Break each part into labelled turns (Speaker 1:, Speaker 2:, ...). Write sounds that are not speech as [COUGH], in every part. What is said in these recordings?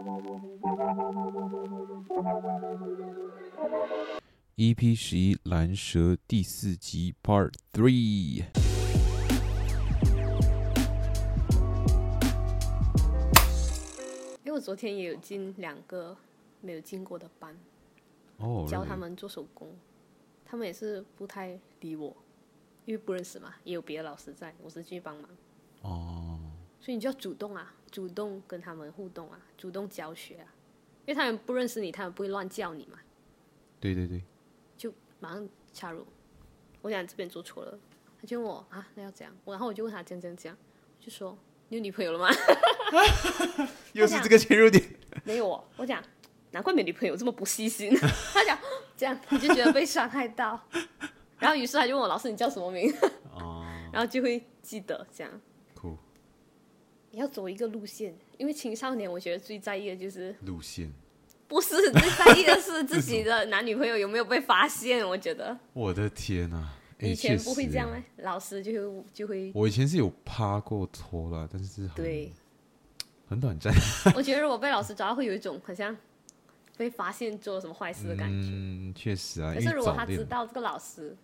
Speaker 1: EP ，E 十一蓝蛇第四集 Part Three。
Speaker 2: 因为我昨天也有进两个没有进过的班，
Speaker 1: 哦，
Speaker 2: 教他们做手工，他们也是不太理我，因为不认识嘛，也有别的老师在，我是去帮忙，
Speaker 1: 哦，
Speaker 2: 所以你就要主动啊，主动跟他们互动啊，主动教学啊，因为他们不认识你，他们不会乱叫你嘛，
Speaker 1: 对对对，
Speaker 2: 就马上插入，我想这边做错了，他就问我啊，那要怎样？我然后我就问他这样这样这样，我就说你有女朋友了吗？
Speaker 1: 又是这个切入点。
Speaker 2: 没有哦，我讲，难怪没女朋友这么不
Speaker 1: [LAUGHS]
Speaker 2: 细心。他讲这样，你就觉得被伤害到，然后于是他就问我老师你叫什么名，
Speaker 1: 哦，
Speaker 2: [LAUGHS] 然后就会记得这样。
Speaker 1: 酷
Speaker 2: 你要走一个路线，因为青少年我觉得最在意的就是
Speaker 1: 路线，
Speaker 2: 不是最在意的是自己的男女朋友有没有被发现。我觉得
Speaker 1: 我的天啊！诶
Speaker 2: 以前不会这样？啊
Speaker 1: 确实啊
Speaker 2: 吗？老师就会就会，
Speaker 1: 我以前是有趴过拖啦，但是很
Speaker 2: 对，
Speaker 1: 很短暂。
Speaker 2: 我觉得如果被老师抓到，会有一种好像被发现做了什么坏事的感觉。
Speaker 1: 嗯，确实啊。
Speaker 2: 可
Speaker 1: 因
Speaker 2: 是
Speaker 1: 为
Speaker 2: 如果
Speaker 1: 早
Speaker 2: 他
Speaker 1: 恋
Speaker 2: 知道这个老师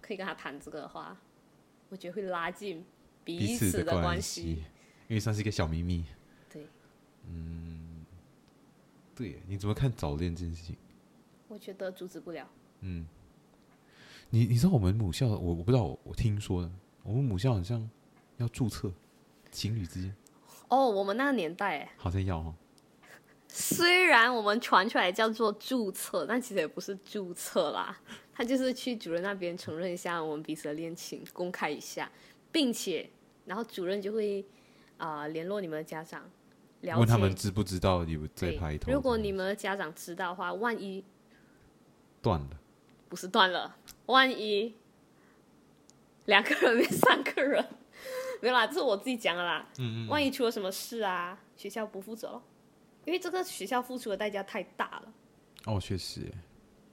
Speaker 2: 可以跟他谈这个的话，我觉得会拉近
Speaker 1: 彼
Speaker 2: 彼
Speaker 1: 此
Speaker 2: 此的
Speaker 1: 关
Speaker 2: 系。，
Speaker 1: 因为算是一个小秘密。
Speaker 2: 对，
Speaker 1: 对耶，你怎么看早恋这件事情？
Speaker 2: 我觉得阻止不了。
Speaker 1: 你你知道我们母校，我我不知道，我我听说的，我们母校好像要注册情侣之间，
Speaker 2: 哦，我们那个年代哎，
Speaker 1: 好像要哦。
Speaker 2: 虽然我们传出来叫做注册，但其实也不是注册啦，他就是去主任那边承认一下我们彼此的恋情，公开一下，并且然后主任就会啊、呃联络你们的家长，了
Speaker 1: 问
Speaker 2: 解
Speaker 1: 他们知不知道有在
Speaker 2: 对
Speaker 1: 拍拖？
Speaker 2: 如果你们的家长知道的话，万一
Speaker 1: 断了，
Speaker 2: 不是断了，万一两个人变三个人，没有啦，这是我自己讲的啦。嗯嗯万一出了什么事啊，学校不负责咯，因为这个学校付出的代价太大了。
Speaker 1: 哦，确实耶。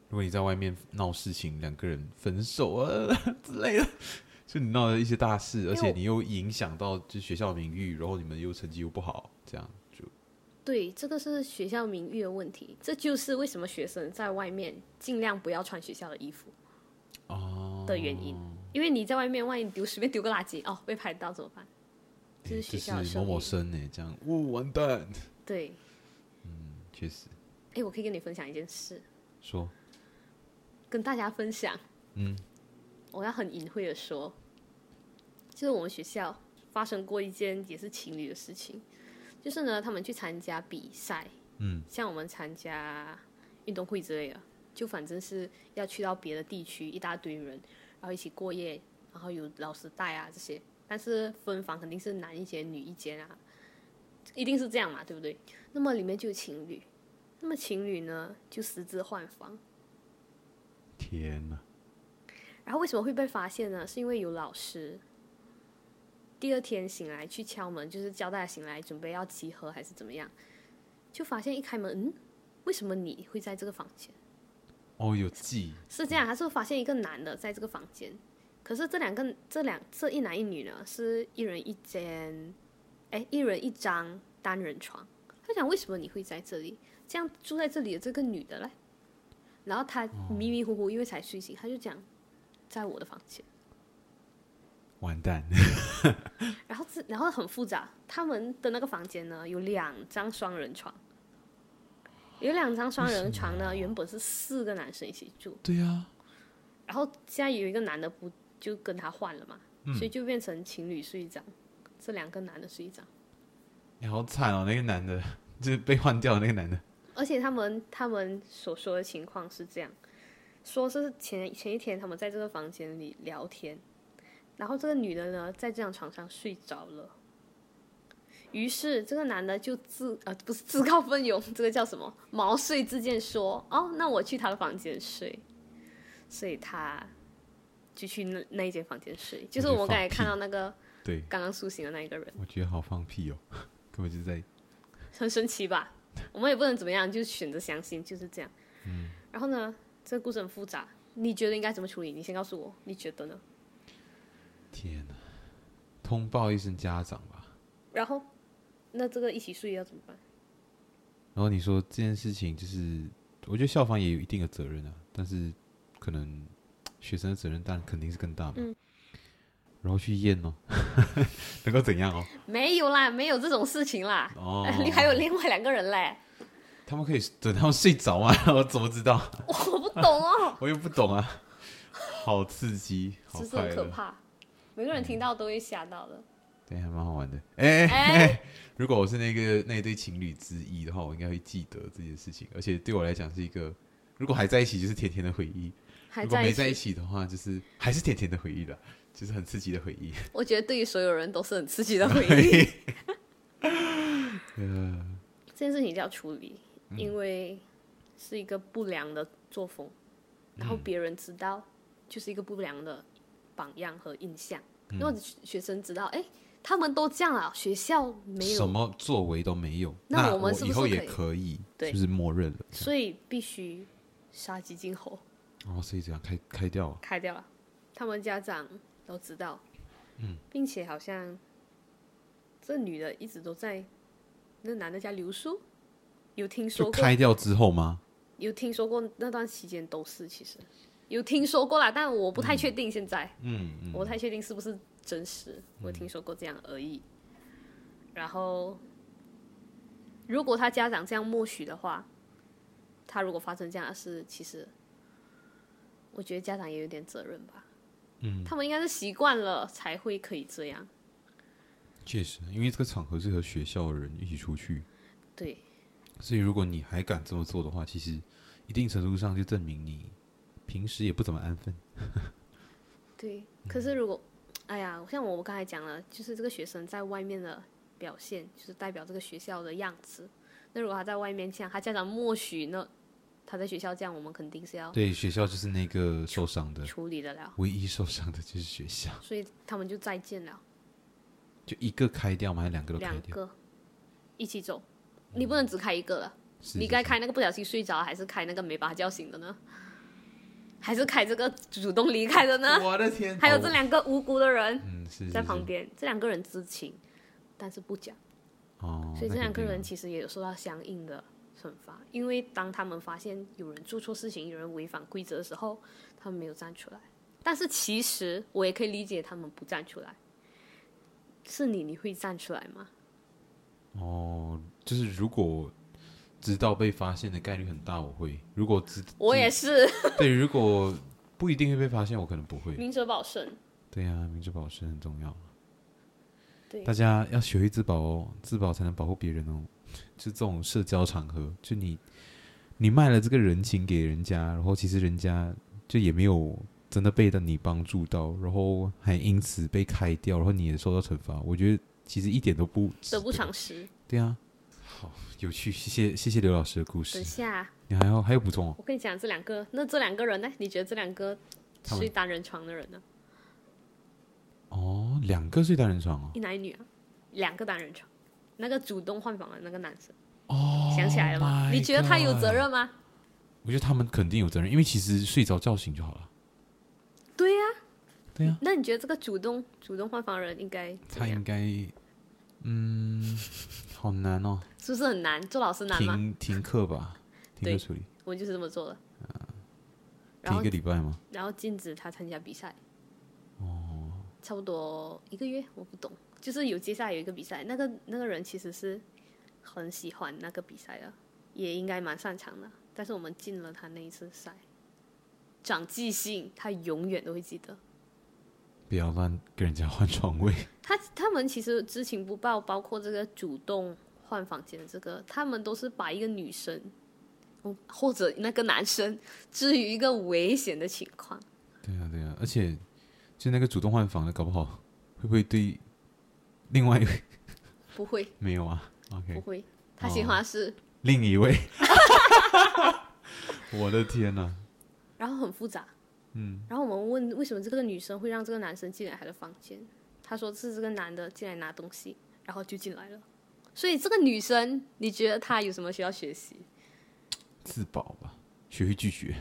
Speaker 1: 如果你在外面闹事情，两个人分手啊 [LAUGHS] 之类的，就你闹了一些大事，而
Speaker 2: 为
Speaker 1: 且
Speaker 2: 我
Speaker 1: 你又影响到就学校名誉，然后你们又成绩又不好，这样就
Speaker 2: 对，这个是学校名誉的问题，这就是为什么学生在外面尽量不要穿学校的衣服
Speaker 1: 哦
Speaker 2: 的原因，因为你在外面万一丢随便丢个垃圾哦，被拍到怎么办？这
Speaker 1: 诶
Speaker 2: 是学校的
Speaker 1: 就是
Speaker 2: 声
Speaker 1: 某某
Speaker 2: 音。
Speaker 1: 生呢，这样，哦，完蛋，
Speaker 2: 对，
Speaker 1: 确实
Speaker 2: 哎，我可以跟你分享一件事，
Speaker 1: 说
Speaker 2: 跟大家分享。
Speaker 1: 嗯，
Speaker 2: 我要很隐晦的说，就是我们学校发生过一件也是情侣的事情，就是呢，他们去参加比赛，
Speaker 1: 嗯，
Speaker 2: 像我们参加运动会之类的，就反正是要去到别的地区，一大堆人，然后一起过夜，然后有老师带啊这些，但是分房肯定是男一间女一间啊，一定是这样嘛，对不对？那么里面就有情侣，那么情侣呢就私自换房。
Speaker 1: 天哪，
Speaker 2: 然后为什么会被发现呢？是因为有老师第二天醒来去敲门，就是交代醒来准备要集合还是怎么样，就发现一开门，嗯，为什么你会在这个房间？
Speaker 1: 哦，有记，
Speaker 2: 是这样，他是发现一个男的在这个房间，可是这两个这两这一男一女呢，是一人一间，哎，一人一张单人床。他想为什么你会在这里？这样住在这里的这个女的嘞？然后他迷迷糊糊，因为才睡醒，他就讲在我的房间。
Speaker 1: 完蛋，
Speaker 2: 然后这然后很复杂，他们的那个房间呢有两张双人床，有两张双人床呢，原本是四个男生一起住，
Speaker 1: 对啊，
Speaker 2: 然后现在有一个男的不就跟他换了嘛，所以就变成情侣睡一张，这两个男的睡一张，
Speaker 1: 你好惨哦，那个男的 [LAUGHS] 就是被换掉的那个男的，
Speaker 2: 而且他们他们所说的情况是这样，说是前前一天他们在这个房间里聊天，然后这个女的呢在这张床上睡着了，于是这个男的就自呃不是自告奋勇，这个叫什么毛遂自荐说，哦，那我去他的房间睡，所以他就去那那一间房间睡，就是我们刚才看到那个
Speaker 1: 对，
Speaker 2: 刚刚苏醒的那一个人，
Speaker 1: 我觉得好放屁哦， [LAUGHS] 根本就在
Speaker 2: [LAUGHS] 很神奇吧？我们也不能怎么样，就选择相信，就是这样。嗯。然后呢，这个故事很复杂，你觉得应该怎么处理？你先告诉我，你觉得呢？
Speaker 1: 天哪，通报一声家长吧。
Speaker 2: 然后，那这个一起睡要怎么办？
Speaker 1: 然后你说这件事情，就是我觉得校方也有一定的责任啊，但是可能学生的责任当然肯定是更大嘛。
Speaker 2: 嗯
Speaker 1: 然后去验哦， [LAUGHS] 能够怎样哦？
Speaker 2: 没有啦，没有这种事情啦。，
Speaker 1: 哦
Speaker 2: [LAUGHS] 还有另外两个人嘞，
Speaker 1: 他们可以等他们睡着啊， [LAUGHS] 我怎么知道？
Speaker 2: 我不懂哦，
Speaker 1: 我又不懂啊，好刺激， [LAUGHS] 好
Speaker 2: 只是
Speaker 1: 快
Speaker 2: 很可
Speaker 1: 乐，
Speaker 2: 怕，每个人听到都会吓到的。
Speaker 1: 对，还蛮好玩的。哎、
Speaker 2: 哎
Speaker 1: 哎，如果我是那个那一对情侣之一的话，我应该会记得这件事情，而且对我来讲是一个，如果还在一起就是甜甜的回忆，
Speaker 2: 还
Speaker 1: 如果没在
Speaker 2: 一
Speaker 1: 一起
Speaker 2: 起，
Speaker 1: 的话，就是还是甜甜的回忆了，就是很刺激的回忆。
Speaker 2: 我觉得对于所有人都是很刺激的回忆。
Speaker 1: 呃，
Speaker 2: 这件事情一定要处理，因为是一个不良的作风，然后别人知道就是一个不良的榜样和印象，因为学学生知道，哎，他们都这样啊，学校没
Speaker 1: 什
Speaker 2: 有，
Speaker 1: 么作为都没有，
Speaker 2: 那
Speaker 1: 我
Speaker 2: 我们是不
Speaker 1: 以
Speaker 2: 是
Speaker 1: 后也
Speaker 2: 可以
Speaker 1: 可以，
Speaker 2: 对
Speaker 1: 是不是默认了？
Speaker 2: 所以必须杀鸡儆猴，
Speaker 1: 哦，所以这样开开掉啊，
Speaker 2: 开掉了。他们家长都知道，嗯，并且好像这女的一直都在那男的家留宿，有听说
Speaker 1: 就
Speaker 2: 过
Speaker 1: 开掉之后吗？
Speaker 2: 有听说过那段期间都是，其实有听说过啦，但我不太确定现在，
Speaker 1: 嗯嗯，
Speaker 2: 我不太确定是不是真实，我听说过这样而已。然后，如果他家长这样默许的话，他如果发生这样的事，其实我觉得家长也有点责任吧。嗯，他们应该是习惯了才会可以这样。
Speaker 1: 确实，因为这个场合是和学校的人一起出去，
Speaker 2: 对，
Speaker 1: 所以如果你还敢这么做的话，其实一定程度上就证明你平时也不怎么安分。
Speaker 2: 对，
Speaker 1: 嗯
Speaker 2: 可是如果，哎呀，像我刚才讲了，就是这个学生在外面的表现，就是代表这个学校的样子。那如果他在外面这样，他家长默许呢，他在学校这样，我们肯定是要
Speaker 1: 对，学校就是那个受伤的，
Speaker 2: 处理的了。
Speaker 1: 唯一受伤的就是学校，
Speaker 2: 所以他们就再见了，
Speaker 1: 就一个开掉吗？还是两个都开
Speaker 2: 两
Speaker 1: 掉？嗯
Speaker 2: 个一起走。你不能只开一个了，
Speaker 1: 是
Speaker 2: 你
Speaker 1: 是
Speaker 2: 该
Speaker 1: 是
Speaker 2: 开那个不小心睡着，还是开那个没把他叫醒的呢？还是开这个主动离开的呢？
Speaker 1: 我的天
Speaker 2: 还有这
Speaker 1: 哦
Speaker 2: 两个无辜的人
Speaker 1: 嗯，是
Speaker 2: 在
Speaker 1: 是
Speaker 2: 旁
Speaker 1: 是
Speaker 2: 边，这两个人知情，但是不讲。
Speaker 1: 哦，
Speaker 2: 所以
Speaker 1: 那
Speaker 2: 这两
Speaker 1: 肯
Speaker 2: 个
Speaker 1: 定
Speaker 2: 人
Speaker 1: 啊
Speaker 2: 其实也有受到相应的惩罚，因为当他们发现有人做错事情、有人违反规则的时候，他们没有站出来。但是其实我也可以理解他们不站出来。是你，你会站出来吗？
Speaker 1: 哦，就是如果知道被发现的概率很大，我会；如果知
Speaker 2: 我也是，
Speaker 1: 对，如果不一定会被发现，我可能不会。
Speaker 2: 明哲保身。
Speaker 1: 对呀、明哲保身很重要。
Speaker 2: 对
Speaker 1: 大家要学会自保哦，自保才能保护别人哦。就这种社交场合，就你你卖了这个人情给人家，然后其实人家就也没有真的被的你帮助到，然后还因此被开掉，然后你也受到惩罚。我觉得其实一点都不值
Speaker 2: 得不
Speaker 1: 得
Speaker 2: 偿失。
Speaker 1: 对啊，好有趣，谢谢谢谢刘老师的故
Speaker 2: 等
Speaker 1: 事
Speaker 2: 一。下，
Speaker 1: 你还要还有补充哦？
Speaker 2: 我跟你讲这两个，那这两个人呢？你觉得这两个
Speaker 1: 他们
Speaker 2: 睡单人床的人呢？
Speaker 1: 哦，两个睡单人床哦。
Speaker 2: 一男一女啊，两个单人床。那个主动换房的那个男生，哦，想起来了吗？
Speaker 1: my
Speaker 2: 你觉得他有
Speaker 1: God
Speaker 2: 责任吗？
Speaker 1: 我觉得他们肯定有责任，因为其实睡着叫醒就好了。
Speaker 2: 对呀、
Speaker 1: 对呀
Speaker 2: 嗯那你觉得这个主动主动换房人应该
Speaker 1: 他
Speaker 2: 怎么
Speaker 1: 应
Speaker 2: 样？
Speaker 1: 该，嗯，好难
Speaker 2: [LAUGHS]
Speaker 1: 哦，
Speaker 2: 是不是很难？做老师难吗？
Speaker 1: 停停课吧，停课
Speaker 2: [LAUGHS] 对
Speaker 1: 处理，
Speaker 2: 我就是这么做的。然
Speaker 1: 停
Speaker 2: 后
Speaker 1: 一个礼拜吗？
Speaker 2: 然后禁止他参加比赛。哦。差不多一个月，我不懂。就是有接下来有一个比赛，那个那个人其实是很喜欢那个比赛的，也应该蛮擅长的。但是我们进了他那一次赛，长记性，他永远都会记得。
Speaker 1: 不要乱跟人家换床
Speaker 2: [LAUGHS]
Speaker 1: 位。
Speaker 2: 他他们其实知情不报，包括这个主动换房间的这个，他们都是把一个女生，嗯或者那个男生置于一个危险的情况。
Speaker 1: 对啊，对啊，而且就那个主动换房的，搞不好会不会对另外一位
Speaker 2: 不会，
Speaker 1: 没有
Speaker 2: [LAUGHS]
Speaker 1: 啊
Speaker 2: 不
Speaker 1: ，OK，
Speaker 2: 会，他喜欢的是、
Speaker 1: 另一
Speaker 2: [LAUGHS]
Speaker 1: 位， [LAUGHS] 我的天哪、
Speaker 2: 然后很复杂。嗯，然后我们问为什么这个女生会让这个男生进来她的房间，她说是这个男的进来拿东西，然后就进来了。所以这个女生，你觉得她有什么需要学习？
Speaker 1: 自保吧，学会拒绝，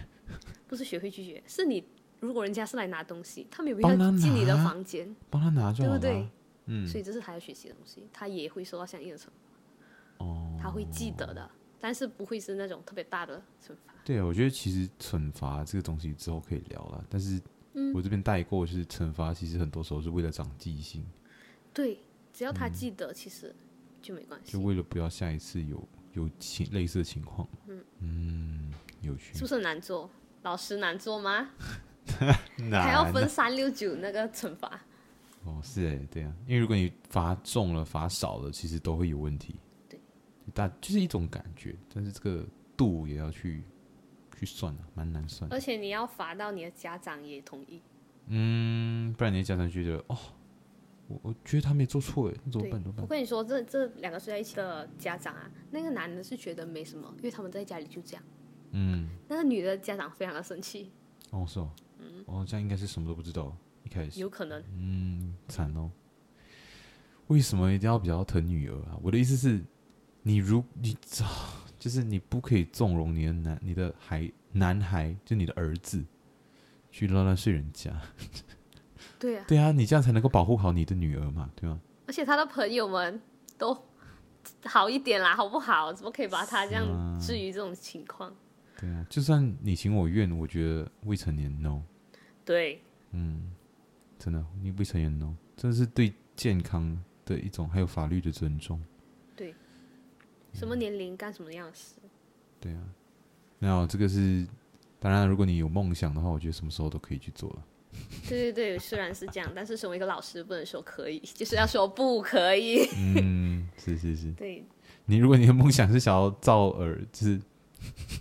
Speaker 2: 不是学会拒绝，是你如果人家是来拿东西，他们有没有
Speaker 1: 帮他
Speaker 2: 要
Speaker 1: 拿
Speaker 2: 进你的房间，
Speaker 1: 帮他拿就
Speaker 2: 对
Speaker 1: 好
Speaker 2: 不
Speaker 1: 了。
Speaker 2: 对？
Speaker 1: 嗯，
Speaker 2: 所以这是她要学习的东西，她也会受到相应的惩罚。哦，她会记得的，但是不会是那种特别大的惩罚。
Speaker 1: 对啊，我觉得其实惩罚这个东西之后可以聊了，但是
Speaker 2: 嗯
Speaker 1: 我这边带过是惩罚，其实很多时候是为了长记性，
Speaker 2: 对，只要她记得，其实就没关系
Speaker 1: 就。为了不要下一次有有情类似的情况。嗯有趣
Speaker 2: 是，不是很难做？老师难做吗？
Speaker 1: [LAUGHS]
Speaker 2: 还
Speaker 1: 难
Speaker 2: 要分三六九那个惩罚，
Speaker 1: [LAUGHS] 哦，是哎，对啊，因为如果你罚重了、罚少了，其实都会有问题。
Speaker 2: 对，
Speaker 1: 大就是一种感觉，但是这个度也要去去算啊，蛮难算的。
Speaker 2: 而且你要罚到你的家长也同意。
Speaker 1: 嗯，不然你的家长就觉得哦，我我觉得他没做错哎，那怎么
Speaker 2: 对
Speaker 1: 办？怎么，办
Speaker 2: 我？跟你说，这这两个睡在一起的家长啊，那个男的是觉得没什么，因为他们在家里就这样。
Speaker 1: 嗯。
Speaker 2: 那个女的家长非常的生气，
Speaker 1: 哦，是哦，哦，这样应该是什么都不知道，一开始，
Speaker 2: 有可能
Speaker 1: 嗯，惨哦。为什么一定要比较疼女儿啊？我的意思是，你如你操，就是你不可以纵容你的男、你的孩、男孩，就你的儿子，去乱乱睡人家。
Speaker 2: 对啊。
Speaker 1: 对啊，你这样才能够保护好你的女儿嘛，对吗？
Speaker 2: 而且他的朋友们都好一点啦，好不好？怎么可以把他这样置于这种情况？
Speaker 1: 对啊，就算你情我愿，我觉得未成年 no，
Speaker 2: 对，
Speaker 1: 真的，你未成年 no，真的是对健康的一种，还有法律的尊重。
Speaker 2: 什么年龄干什么样的事，
Speaker 1: 对啊，那这个是当然，如果你有梦想的话，我觉得什么时候都可以去做
Speaker 2: [LAUGHS]
Speaker 1: 了。
Speaker 2: 对对对，虽然是这样，但是身为一个老师，不能说可以，就是要说不可以。
Speaker 1: 嗯，是是是，
Speaker 2: [LAUGHS] 对，
Speaker 1: 你如果你的梦想是想要造儿，就是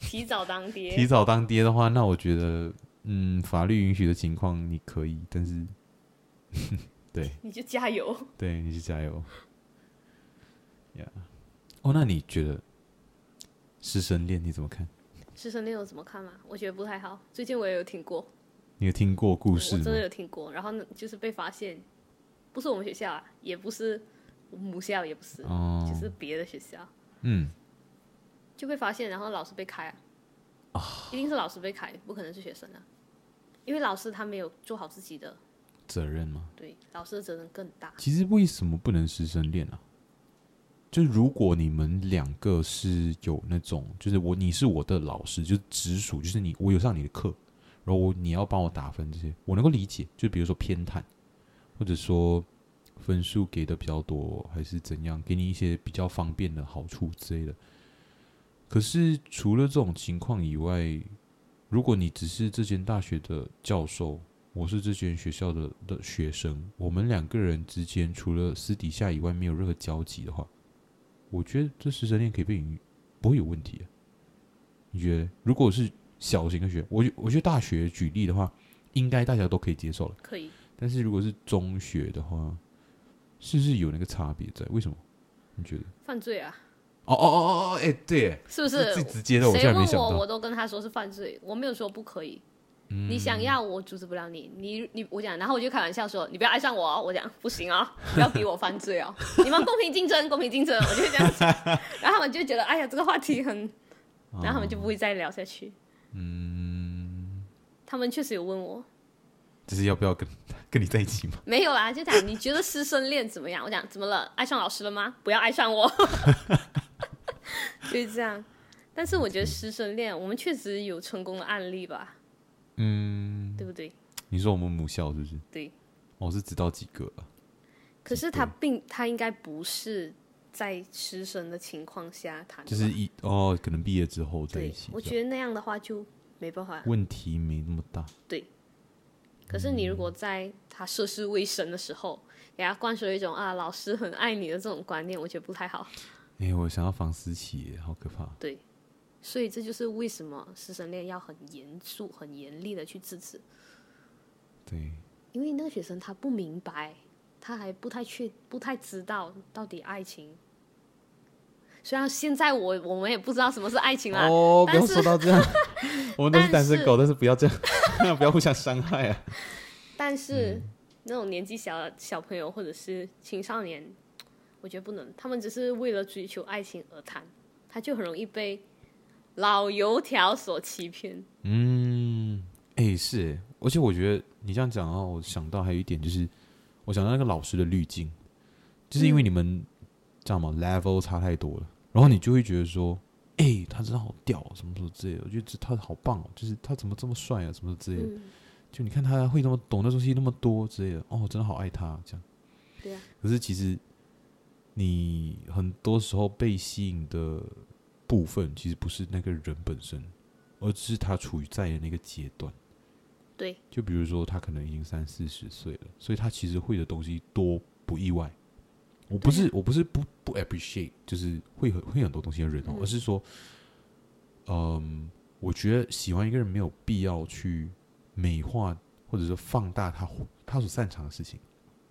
Speaker 2: 提早当爹，
Speaker 1: 提早当爹的话，那我觉得，嗯，法律允许的情况你可以，但是
Speaker 2: 你就加油。
Speaker 1: 对你是加油。呀、哦，那你觉得师生恋你怎么看？
Speaker 2: 师生恋有怎么看嘛？我觉得不太好。最近我也有听过，
Speaker 1: 你有听过故事
Speaker 2: 我真的
Speaker 1: 吗？
Speaker 2: 有听过。然后呢，就是被发现，不是我们学校啊，也不是母校，也不是，
Speaker 1: 哦
Speaker 2: 就，是别的学校
Speaker 1: 嗯，
Speaker 2: 就被发现，然后老师被开啊，一定是老师被开，不可能是学生啊，因为老师他没有做好自己的，
Speaker 1: 责任吗？
Speaker 2: 对，老师的责任更大。
Speaker 1: 其实为什么不能师生恋啊？就是如果你们两个是有那种，就是我你是我的老师，就是直属，就是你我有上你的课，然后我你要帮我打分这些，我能够理解。就比如说偏袒，或者说分数给的比较多，还是怎样，给你一些比较方便的好处之类的。可是除了这种情况以外，如果你只是这间大学的教授，我是这间学校的的学生，我们两个人之间除了私底下以外没有任何交集的话，我觉得这师生恋可以被允不会有问题、啊。你觉得？如果是小型的学，我觉我觉得大学举例的话，应该大家都可以接受了。
Speaker 2: 可以，
Speaker 1: 但是如果是中学的话，是不是有那个差别在？为什么？你觉得？
Speaker 2: 犯罪啊，
Speaker 1: 哦哦哦哦哦！哎、对耶，
Speaker 2: 是不
Speaker 1: 这
Speaker 2: 是？
Speaker 1: 最直接的，我竟
Speaker 2: 谁
Speaker 1: 然没
Speaker 2: 问
Speaker 1: 想
Speaker 2: 我，
Speaker 1: 到。嗯
Speaker 2: 我都跟他说是犯罪，我没有说不可以。你想要我阻止不了你，你你我讲，然后我就开玩笑说你不要爱上我、哦，我讲不行啊、 [LAUGHS] 不要逼我犯
Speaker 1: [LAUGHS]
Speaker 2: 罪哦，你们公平竞争，公平竞争，我就会这样讲，然后他们就觉得哎呀这个话题很，
Speaker 1: 哦
Speaker 2: 然后他们就不会再聊下去。嗯，
Speaker 1: 嗯
Speaker 2: 他们确实有问我，
Speaker 1: 只是要不要跟 [LAUGHS] 跟你在一起嘛？
Speaker 2: 没有啊啦，就讲你觉得师生恋怎么样？我讲怎么了？爱上老师了吗？不要爱上我， [LAUGHS] 就是这样。但是我觉得师生恋，我们确实有成功的案例吧，
Speaker 1: 嗯，
Speaker 2: 对不对？
Speaker 1: 你说我们母校是不是？
Speaker 2: 对。
Speaker 1: 我、是知道几个啊？
Speaker 2: 可是他并他应该不是在师生的情况下谈的吧，
Speaker 1: 就是一哦，可能毕业之后在一
Speaker 2: 对
Speaker 1: 起，。
Speaker 2: 我
Speaker 1: 这样
Speaker 2: 觉得那样的话就没办法。
Speaker 1: 问题没那么大。
Speaker 2: 可是你如果在他涉世未深的时候，给他灌输一种啊老师很爱你的这种观念，我觉得不太好。
Speaker 1: 哎、我想到房思琪耶，好可怕。
Speaker 2: 所以这就是为什么师生恋要很严肃、很严厉的去制止，
Speaker 1: 对，
Speaker 2: 因为那个学生他不明白他还不太确不太知道到底爱情。虽然现在我我们也不知道什么是爱情啦，
Speaker 1: 哦，不
Speaker 2: 但
Speaker 1: 要
Speaker 2: 是
Speaker 1: 说到这
Speaker 2: [LAUGHS]
Speaker 1: 样，我们都是单
Speaker 2: 但
Speaker 1: 身
Speaker 2: 是
Speaker 1: 狗，但是不要这样， [LAUGHS] 不要互相伤害啊。
Speaker 2: 但是、那种年纪小的小朋友或者是青少年，我觉得不能，他们只是为了追求爱情而谈，他就很容易被老油条所欺骗。
Speaker 1: 嗯，哎，是耶，而且我觉得你这样讲的话，我想到还有一点就是，我想到那个老师的滤镜，就是因为你们知道吗？level 差太多了，然后你就会觉得说，哎、他真的好屌哦，什么什么之类的，我觉得这他好棒哦，就是他怎么这么帅啊，什么之类的，
Speaker 2: 嗯，
Speaker 1: 就你看他会那么懂那东西那么多之类的，哦，我真的好爱他这样。
Speaker 2: 对啊，
Speaker 1: 可是其实你很多时候被吸引的部分，其实不是那个人本身，而是他处于在的那个阶段。
Speaker 2: 对，
Speaker 1: 就比如说他可能已经三四十岁了，所以他其实会的东西多不意外。我
Speaker 2: 啊
Speaker 1: 不是、我不是不不 appreciate，就是会很会很多东西的人哦，
Speaker 2: 嗯
Speaker 1: 而是说，嗯，我觉得喜欢一个人没有必要去美化或者是放大他他所擅长的事情。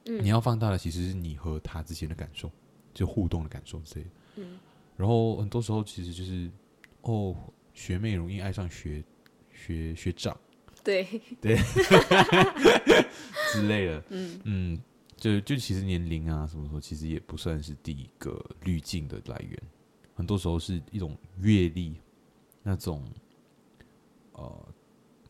Speaker 2: 嗯
Speaker 1: 你要放大的其实是你和他之间的感受，就互动的感受之类的。
Speaker 2: 嗯，
Speaker 1: 然后很多时候其实就是，哦，学妹容易爱上学学学长。
Speaker 2: 对，
Speaker 1: 之类的，
Speaker 2: 嗯
Speaker 1: 嗯，就就其实年龄啊什么说，其实也不算是第一个滤镜的来源，很多时候是一种阅历，那种呃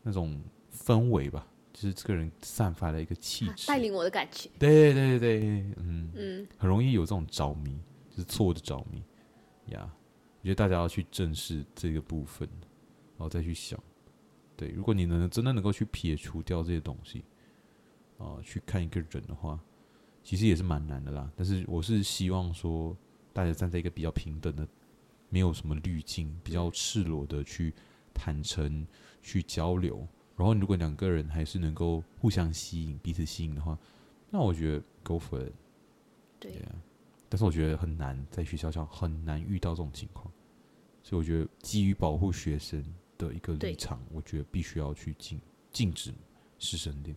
Speaker 1: 那种氛围吧，就是这个人散发的一个气
Speaker 2: 啊
Speaker 1: 质，
Speaker 2: 带领我的感觉，
Speaker 1: 对对对对，嗯，
Speaker 2: 嗯，
Speaker 1: 很容易有这种着迷，就是错误的着迷呀。我觉得大家要去正视这个部分，然后再去想。对，如果你能真的能够去撇除掉这些东西，啊、去看一个人的话，其实也是蛮难的啦。但是我是希望说，大家站在一个比较平等的，没有什么滤镜，比较赤裸的去坦诚去交流。然后，如果两个人还是能够互相吸引、彼此吸引的话，那我觉得 go for it。
Speaker 2: 对，
Speaker 1: 啊但是我觉得很难，在学校上很难遇到这种情况，所以我觉得基于保护学生的一个立
Speaker 2: 对
Speaker 1: 场，我觉得必须要去禁禁止师生恋。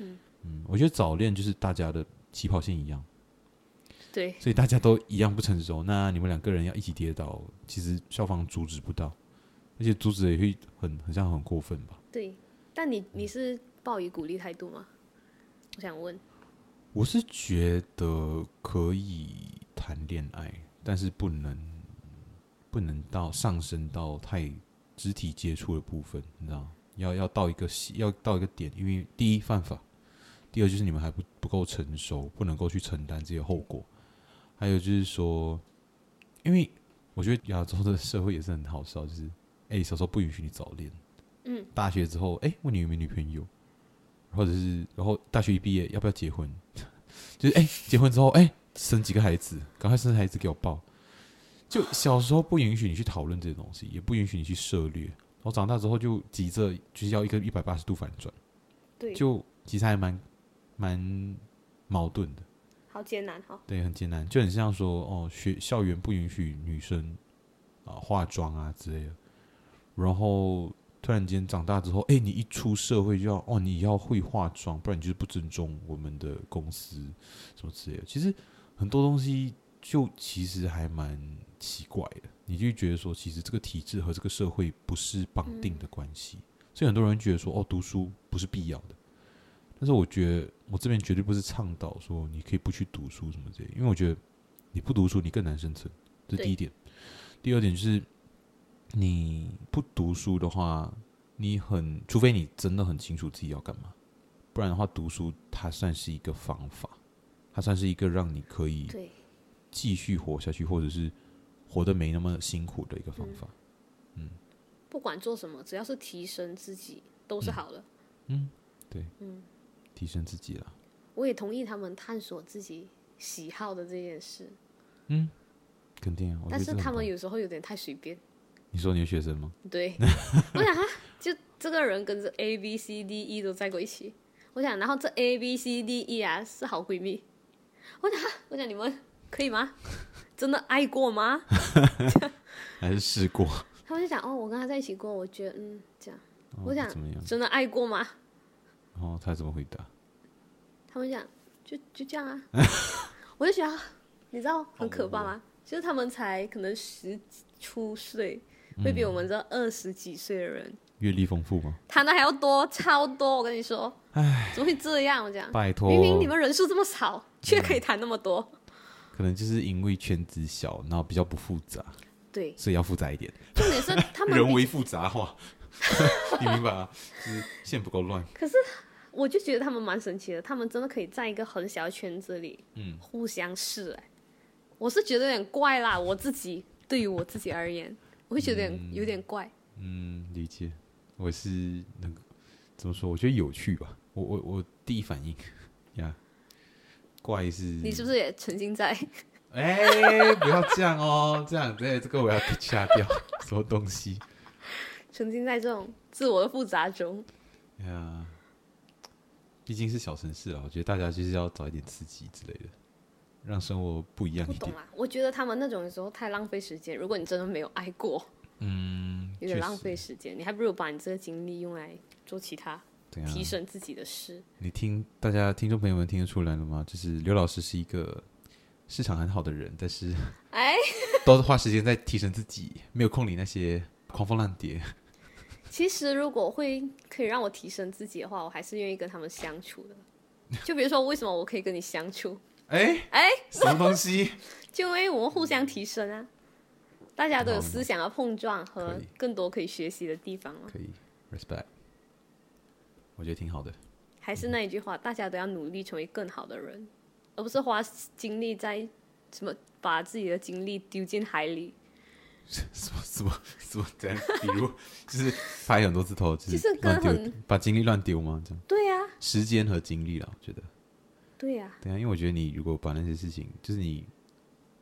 Speaker 2: 嗯
Speaker 1: 我觉得早恋就是大家的起跑线一样，
Speaker 2: 对，
Speaker 1: 所以大家都一样不成熟，那你们两个人要一起跌倒，其实校方阻止不到，而且阻止也会很很像很过分吧。
Speaker 2: 对。但你你是抱以鼓励态度吗？我想问，
Speaker 1: 我是觉得可以谈恋爱，但是不能不能到上升到太肢体接触的部分，你知道吗？要要到一个要到一个点，因为第一犯法，第二就是你们还不不够成熟，不能够去承担这些后果。还有就是说，因为我觉得亚洲的社会也是很好笑，就是哎、小时候不允许你早恋，
Speaker 2: 嗯，
Speaker 1: 大学之后哎、问你有没有女朋友，或者是然后大学一毕业要不要结婚，就是哎、结婚之后哎、生几个孩子，赶快生孩子给我抱。就小时候不允许你去讨论这些东西，也不允许你去涉猎。然后长大之后就急着就是要一个一百八十度反转，
Speaker 2: 对，
Speaker 1: 就其实还蛮蛮矛盾的。
Speaker 2: 好艰难哈、
Speaker 1: 对，很艰难，就很像说哦，学校园不允许女生啊、化妆啊之类的。然后突然间长大之后，哎，你一出社会就要哦，你要会化妆，不然你就是不尊重我们的公司什么之类的。其实很多东西就其实还蛮奇怪的，你就觉得说，其实这个体制和这个社会不是绑定的关系，所以很多人觉得说，哦，读书不是必要的。但是我觉得我这边绝对不是倡导说你可以不去读书什么之类的，因为我觉得你不读书你更难生存，这是第一点。第二点就是你不读书的话，你很除非你真的很清楚自己要干嘛，不然的话，读书它算是一个方法，它算是一个让你可以
Speaker 2: 对，
Speaker 1: 继续活下去，或者是活得没那么辛苦的一个方
Speaker 2: 嗯
Speaker 1: 法。
Speaker 2: 不管做什么，只要是提升自己，都
Speaker 1: 嗯
Speaker 2: 是好的。
Speaker 1: 提升自己啦。
Speaker 2: 我也同意他们探索自己喜好的这件事，
Speaker 1: 肯定啊，我觉得
Speaker 2: 但是
Speaker 1: 这很
Speaker 2: 他们
Speaker 1: 棒
Speaker 2: 有时候有点太随便。
Speaker 1: 你说你的学生吗？ [LAUGHS]
Speaker 2: 对，我想哈，就这个人跟着 A B C D E 都在过一起，我想，然后这 A B C D E 啊是好闺蜜，我想，哈我想你们可以吗？ [LAUGHS] 真的爱过吗？ [LAUGHS]
Speaker 1: 还是试过？
Speaker 2: 他们就讲哦，我跟他在一起过，我觉得嗯这样，我
Speaker 1: 哦
Speaker 2: 想
Speaker 1: 怎么样？哦
Speaker 2: 真的爱过吗？
Speaker 1: 然后他怎么回答？
Speaker 2: 他们讲就就这
Speaker 1: [LAUGHS]
Speaker 2: 样啊。我就觉得，你知道很可怕吗？就是他们才可能十出岁，
Speaker 1: 嗯
Speaker 2: 会比我们这二十几岁的人
Speaker 1: 阅历丰富吗？
Speaker 2: 谈的还要多，超多。我跟你说，怎么会这样？我讲，
Speaker 1: 拜托，嗯
Speaker 2: 明明你们人数这么少，却可以谈那么多。
Speaker 1: 可能就是因为圈子小，然后比较不复杂，
Speaker 2: 对，
Speaker 1: 所以要复杂一点，
Speaker 2: 重点是他
Speaker 1: [LAUGHS]
Speaker 2: 们
Speaker 1: 人
Speaker 2: 比
Speaker 1: 为复杂化， [LAUGHS] 你明白吗？就是线不够乱，
Speaker 2: 我就觉得他们蛮神奇的，他们真的可以在一个很小的圈子里，嗯，互相试、哎，我是觉得有点怪啦，我自己对于我自己而言，我会觉得有点、有点怪。
Speaker 1: 嗯，理解。我是那个怎么说？我觉得有趣吧。我我我第一反应呀，怪是
Speaker 2: 你是不是也沉浸在？ [LAUGHS]
Speaker 1: 哎、不要这样哦，这样对这个我要掐掉，什么东西
Speaker 2: 沉浸在这种自我的复杂中？
Speaker 1: 呀？毕竟是小城市啊，我觉得大家就是要找一点刺激之类的，让生活不一样
Speaker 2: 不
Speaker 1: 一点
Speaker 2: 懂。啦，我觉得他们那种有时候太浪费时间。如果你真的没有爱过，
Speaker 1: 嗯，
Speaker 2: 有
Speaker 1: 确
Speaker 2: 点
Speaker 1: 实
Speaker 2: 浪费时间，你还不如把你这个精力用来做其他
Speaker 1: 对啊，
Speaker 2: 提升自己的事。
Speaker 1: 你听大家听众朋友们听得出来了吗？就是刘老师是一个市场很好的人，但是
Speaker 2: 哎，
Speaker 1: 都是花时间在提升自己，没有空理那些狂风浪蝶。
Speaker 2: 其实如果会可以让我提升自己的话，我还是愿意跟他们相处的。就比如说，为什么我可以跟你相处？ [LAUGHS]
Speaker 1: 哎
Speaker 2: 哎，
Speaker 1: 什么东西？
Speaker 2: 就因为我们互相提升啊，大家都有思想的碰撞
Speaker 1: 可
Speaker 2: 和
Speaker 1: 以
Speaker 2: 更多可以学习的地方啊
Speaker 1: [LAUGHS]
Speaker 2: 嘛。
Speaker 1: 可以，respect，我觉得挺好的。
Speaker 2: 还是那一句话，大家都要努力成为更好的人，而不是花精力在什么把自己的精力丢进海里。
Speaker 1: [LAUGHS] 什么什么什么这样？比如 [LAUGHS] 就是拍很多次头，就
Speaker 2: 其
Speaker 1: 是
Speaker 2: 实
Speaker 1: 乱
Speaker 2: 跟
Speaker 1: 丢
Speaker 2: 很，
Speaker 1: 把精力乱丢吗？这样
Speaker 2: 对呀、
Speaker 1: 时间和精力啦，我觉得。
Speaker 2: 对呀、
Speaker 1: 对啊，因为我觉得你如果把那些事情，就是你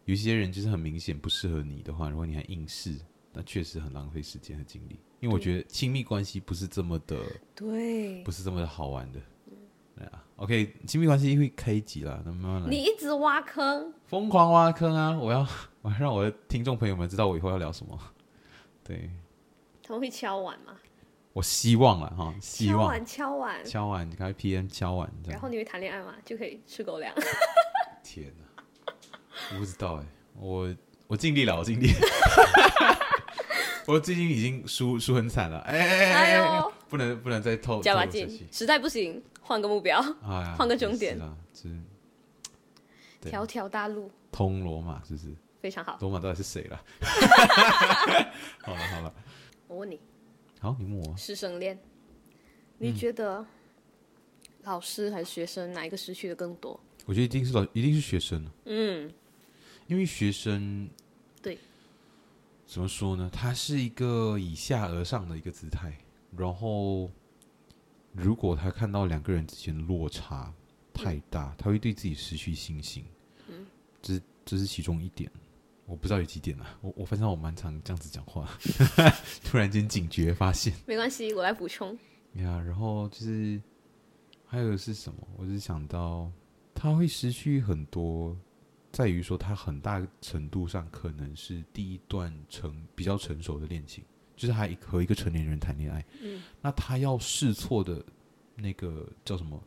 Speaker 1: 有一些人就是很明显不适合你的话，如果你还硬试，那确实很浪费时间和精力。因为我觉得亲密关系不是这么的，
Speaker 2: 对
Speaker 1: 不。是这么的好玩的。对啊，OK，亲密关系会开一集啦，那慢慢来。
Speaker 2: 你一直挖坑，
Speaker 1: 疯狂挖坑啊！我要 [LAUGHS] 我要让我的听众朋友们知道我以后要聊什么。对
Speaker 2: 他们会敲碗吗？
Speaker 1: 我希望了哈，希
Speaker 2: 敲
Speaker 1: 望
Speaker 2: 碗，敲碗，
Speaker 1: 敲完你开 PM 敲完这
Speaker 2: 然
Speaker 1: 样。
Speaker 2: 后你会谈恋爱吗？就可以吃狗粮。
Speaker 1: 天哪，我不知道哎、我我尽力了，我尽力。 [LAUGHS] 我最近已经输输很惨了，哎哎哎
Speaker 2: 哎
Speaker 1: 哎
Speaker 2: 呦，
Speaker 1: 不能不能再透
Speaker 2: 加把
Speaker 1: 透露下去
Speaker 2: 劲，实在不行换个目标，
Speaker 1: 哎呀，
Speaker 2: 换个终点
Speaker 1: 是啦，就是对
Speaker 2: 条条大路
Speaker 1: 通罗马是不是？
Speaker 2: 非常好。
Speaker 1: 罗马到底是谁了？ [LAUGHS] 好了好了，
Speaker 2: 我
Speaker 1: 哦
Speaker 2: 问你，
Speaker 1: 好，你问我
Speaker 2: 师生恋，你觉得老师还是学生哪一个失去的更多？
Speaker 1: 我觉得一定是老，一定是学生啊
Speaker 2: 嗯，
Speaker 1: 因为学生
Speaker 2: 对，
Speaker 1: 怎么说呢？他是一个以下而上的一个姿态，然后如果他看到两个人之间的落差太大，
Speaker 2: 嗯
Speaker 1: 他会对自己失去信心。这是这是其中一点，我不知道有几点啊。我我发现我蛮常这样子讲话， [LAUGHS] 突然间警觉发现。
Speaker 2: 没关系，我来补充。
Speaker 1: 呀，然后就是还有是什么？我只想到他会失去很多，在于说他很大程度上可能是第一段成比较成熟的恋情，就是他一和一个成年人谈恋爱，
Speaker 2: 嗯，
Speaker 1: 那他要试错的那个叫什么？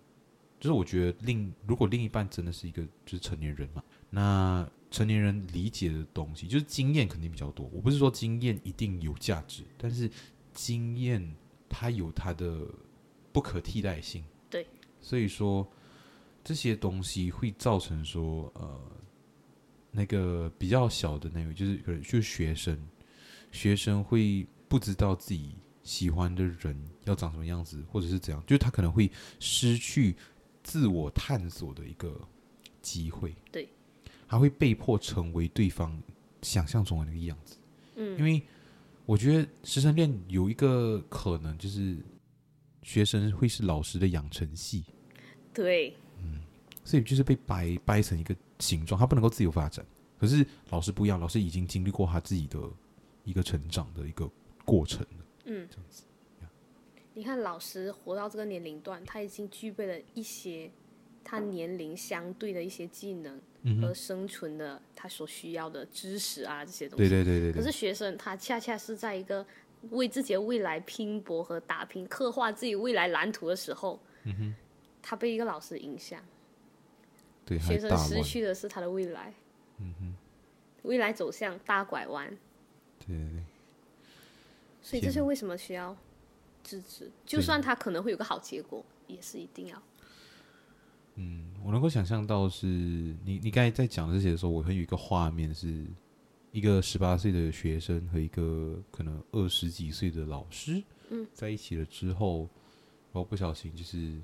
Speaker 1: 就是我觉得另如果另一半真的是一个就是成年人嘛，那成年人理解的东西就是经验肯定比较多。我不是说经验一定有价值，但是经验它有它的不可替代性。
Speaker 2: 对，
Speaker 1: 所以说这些东西会造成说呃，那个比较小的那位就是可能就是学生，学生会不知道自己喜欢的人要长什么样子，或者是怎样，就是他可能会失去自我探索的一个机会。
Speaker 2: 对，
Speaker 1: 他会被迫成为对方想象中的那个样子。
Speaker 2: 嗯
Speaker 1: 因为我觉得师生恋有一个可能就是学生会是老师的养成系，
Speaker 2: 对，
Speaker 1: 所以就是被掰掰成一个形状，他不能够自由发展。可是老师不一样，老师已经经历过他自己的一个成长的一个过程了。
Speaker 2: 嗯，你看老师活到这个年龄段，他已经具备了一些他年龄相对的一些技能
Speaker 1: 嗯
Speaker 2: 和
Speaker 1: 哼，
Speaker 2: 生存的他所需要的知识啊这些东西。
Speaker 1: 对对对对
Speaker 2: 可
Speaker 1: 对，
Speaker 2: 是学生他恰恰是在一个为自己的未来拼搏和打
Speaker 1: 嗯
Speaker 2: 拼、刻画自己未来蓝图的时候，他被一个老师影响，
Speaker 1: 对，还
Speaker 2: 学
Speaker 1: 大
Speaker 2: 生
Speaker 1: 乱
Speaker 2: 失，去的是他的未来，
Speaker 1: 嗯哼，
Speaker 2: 未来走向大拐弯，
Speaker 1: 对对对，
Speaker 2: 所以
Speaker 1: 天
Speaker 2: 这就为什么需要制止，就算他可能会有个好结果，也是一定要。
Speaker 1: 嗯，我能够想象到是你你刚才在讲这些的时候，我会有一个画面是。一个十八岁的学生和一个可能二十几岁的老师，嗯，在一起了之后，然后不小心就是，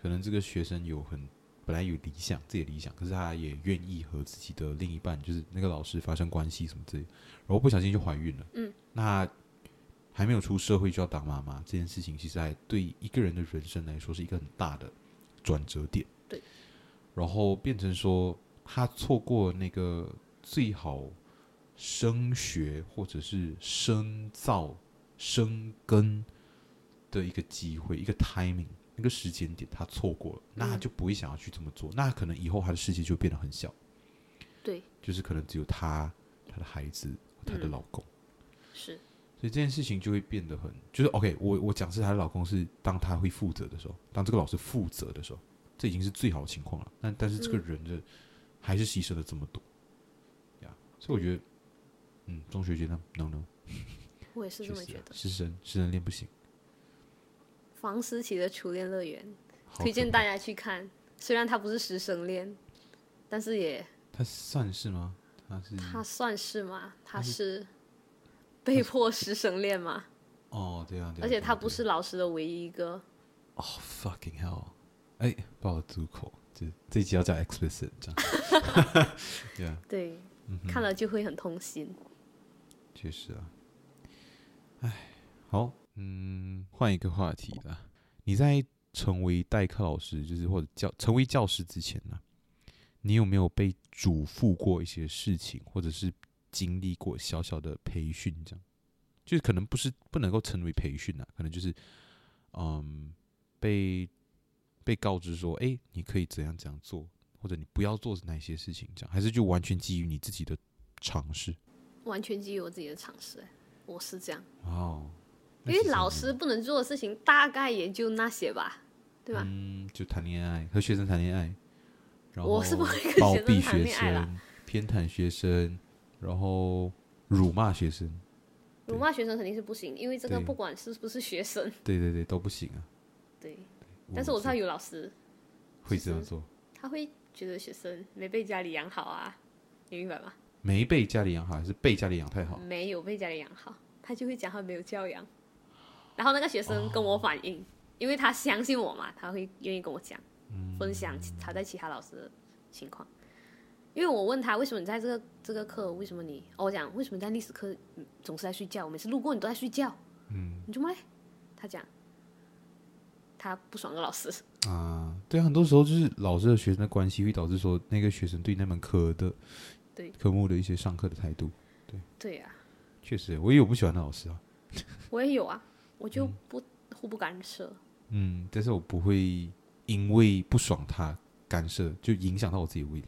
Speaker 1: 可能这个学生有很本来有理想，自己的理想，可是他也愿意和自己的另一半，就是那个老师发生关系什么之类的，然后不小心就怀孕了，嗯，那还没有出社会就要当妈妈这件事情，其实还对一个人的人生来说是一个很大的转折点，
Speaker 2: 对，
Speaker 1: 然后变成说他错过那个最好升学或者是深造、生根的一个机会，一个 timing，那个时间点他错过了，那他就不会想要去这么做，那可能以后他的世界就变得很小，
Speaker 2: 对，
Speaker 1: 就是可能只有他、他的孩子、他的
Speaker 2: 嗯
Speaker 1: 老公，
Speaker 2: 是，
Speaker 1: 所以这件事情就会变得很，就是 OK，我我假设她的老公是当她会负责的时候，当这个老师负责的时候，这已经是最好的情况了。但但是这个
Speaker 2: 嗯
Speaker 1: 人的、还是牺牲了这么多，呀、所以我觉得，嗯，中学阶段 no no，
Speaker 2: 我也是这
Speaker 1: 确
Speaker 2: 么
Speaker 1: 实
Speaker 2: 觉
Speaker 1: 啊
Speaker 2: 得。
Speaker 1: 师生师生恋不行，
Speaker 2: 房思琪的《初恋乐园》
Speaker 1: 好
Speaker 2: 推荐
Speaker 1: 可怕
Speaker 2: 大家去看，虽然它不是师生恋，但是也
Speaker 1: 他算是吗？他是
Speaker 2: 它算是吗？它是被迫师生恋嘛？
Speaker 1: 哦，对啊，对啊
Speaker 2: 而且
Speaker 1: 对啊
Speaker 2: 他不
Speaker 1: 对啊
Speaker 2: 是老师的唯一一个，
Speaker 1: 哦、fucking hell！哎，不好住口，这这一集要加 explicit 这样，对啊，
Speaker 2: 对，看了就会很痛心。
Speaker 1: 确实啊，哎，好，嗯，换一个话题啦。你在成为代课老师，就是或者教成为教师之前呢、你有没有被嘱咐过一些事情，或者是经历过小小的培训？这样，就是可能不是不能够称为培训啊，可能就是嗯，被被告知说，哎，你可以怎样怎样做，或者你不要做哪些事情，这样，还是就完全基于你自己的尝试？
Speaker 2: 完全基于我自己的尝试，哎我是这样，
Speaker 1: 哦，那
Speaker 2: 因为
Speaker 1: 其实
Speaker 2: 老
Speaker 1: 很
Speaker 2: 师不能做的事情大概也就那些吧，对吧？
Speaker 1: 嗯，就谈恋爱，和学生谈恋爱，然后
Speaker 2: 我是不会跟
Speaker 1: 包
Speaker 2: 学生
Speaker 1: 庇
Speaker 2: 谈
Speaker 1: 学
Speaker 2: 恋爱啦
Speaker 1: 生、偏袒学生，然后辱骂学生，
Speaker 2: 辱骂学生肯定是不行，因为这个
Speaker 1: 对
Speaker 2: 不管是不是学生，
Speaker 1: 对对对，都不行啊。
Speaker 2: 对。但是我知道有老师，
Speaker 1: 会
Speaker 2: 其
Speaker 1: 这样
Speaker 2: 实
Speaker 1: 做，
Speaker 2: 他会觉得学生没被家里养好啊，你明白吗？
Speaker 1: 没被家里养好，还是被家里养太好？
Speaker 2: 没有被家里养好，他就会讲他没有教养。然后那个学生跟我反映，因为他相信我嘛，他会愿意跟我讲，分享其他在其他老师的情况。因为我问他为什么你在这个这个课，为什么你，哦我讲为什么你在历史课嗯总是在睡觉，我每次路过你都在睡觉，嗯，你怎么嘞？他讲，他不爽那个老师，
Speaker 1: 啊，对啊，很多时候就是老师和学生的关系会导致说那个学生对那门科的
Speaker 2: 对
Speaker 1: 科目的一些上课的态度，
Speaker 2: 对呀、
Speaker 1: 确实，我也有不喜欢的老师啊，
Speaker 2: 我也有啊，我就不互不干涉，
Speaker 1: 嗯，但是我不会因为不爽他干涉，就影响到我自己的未来。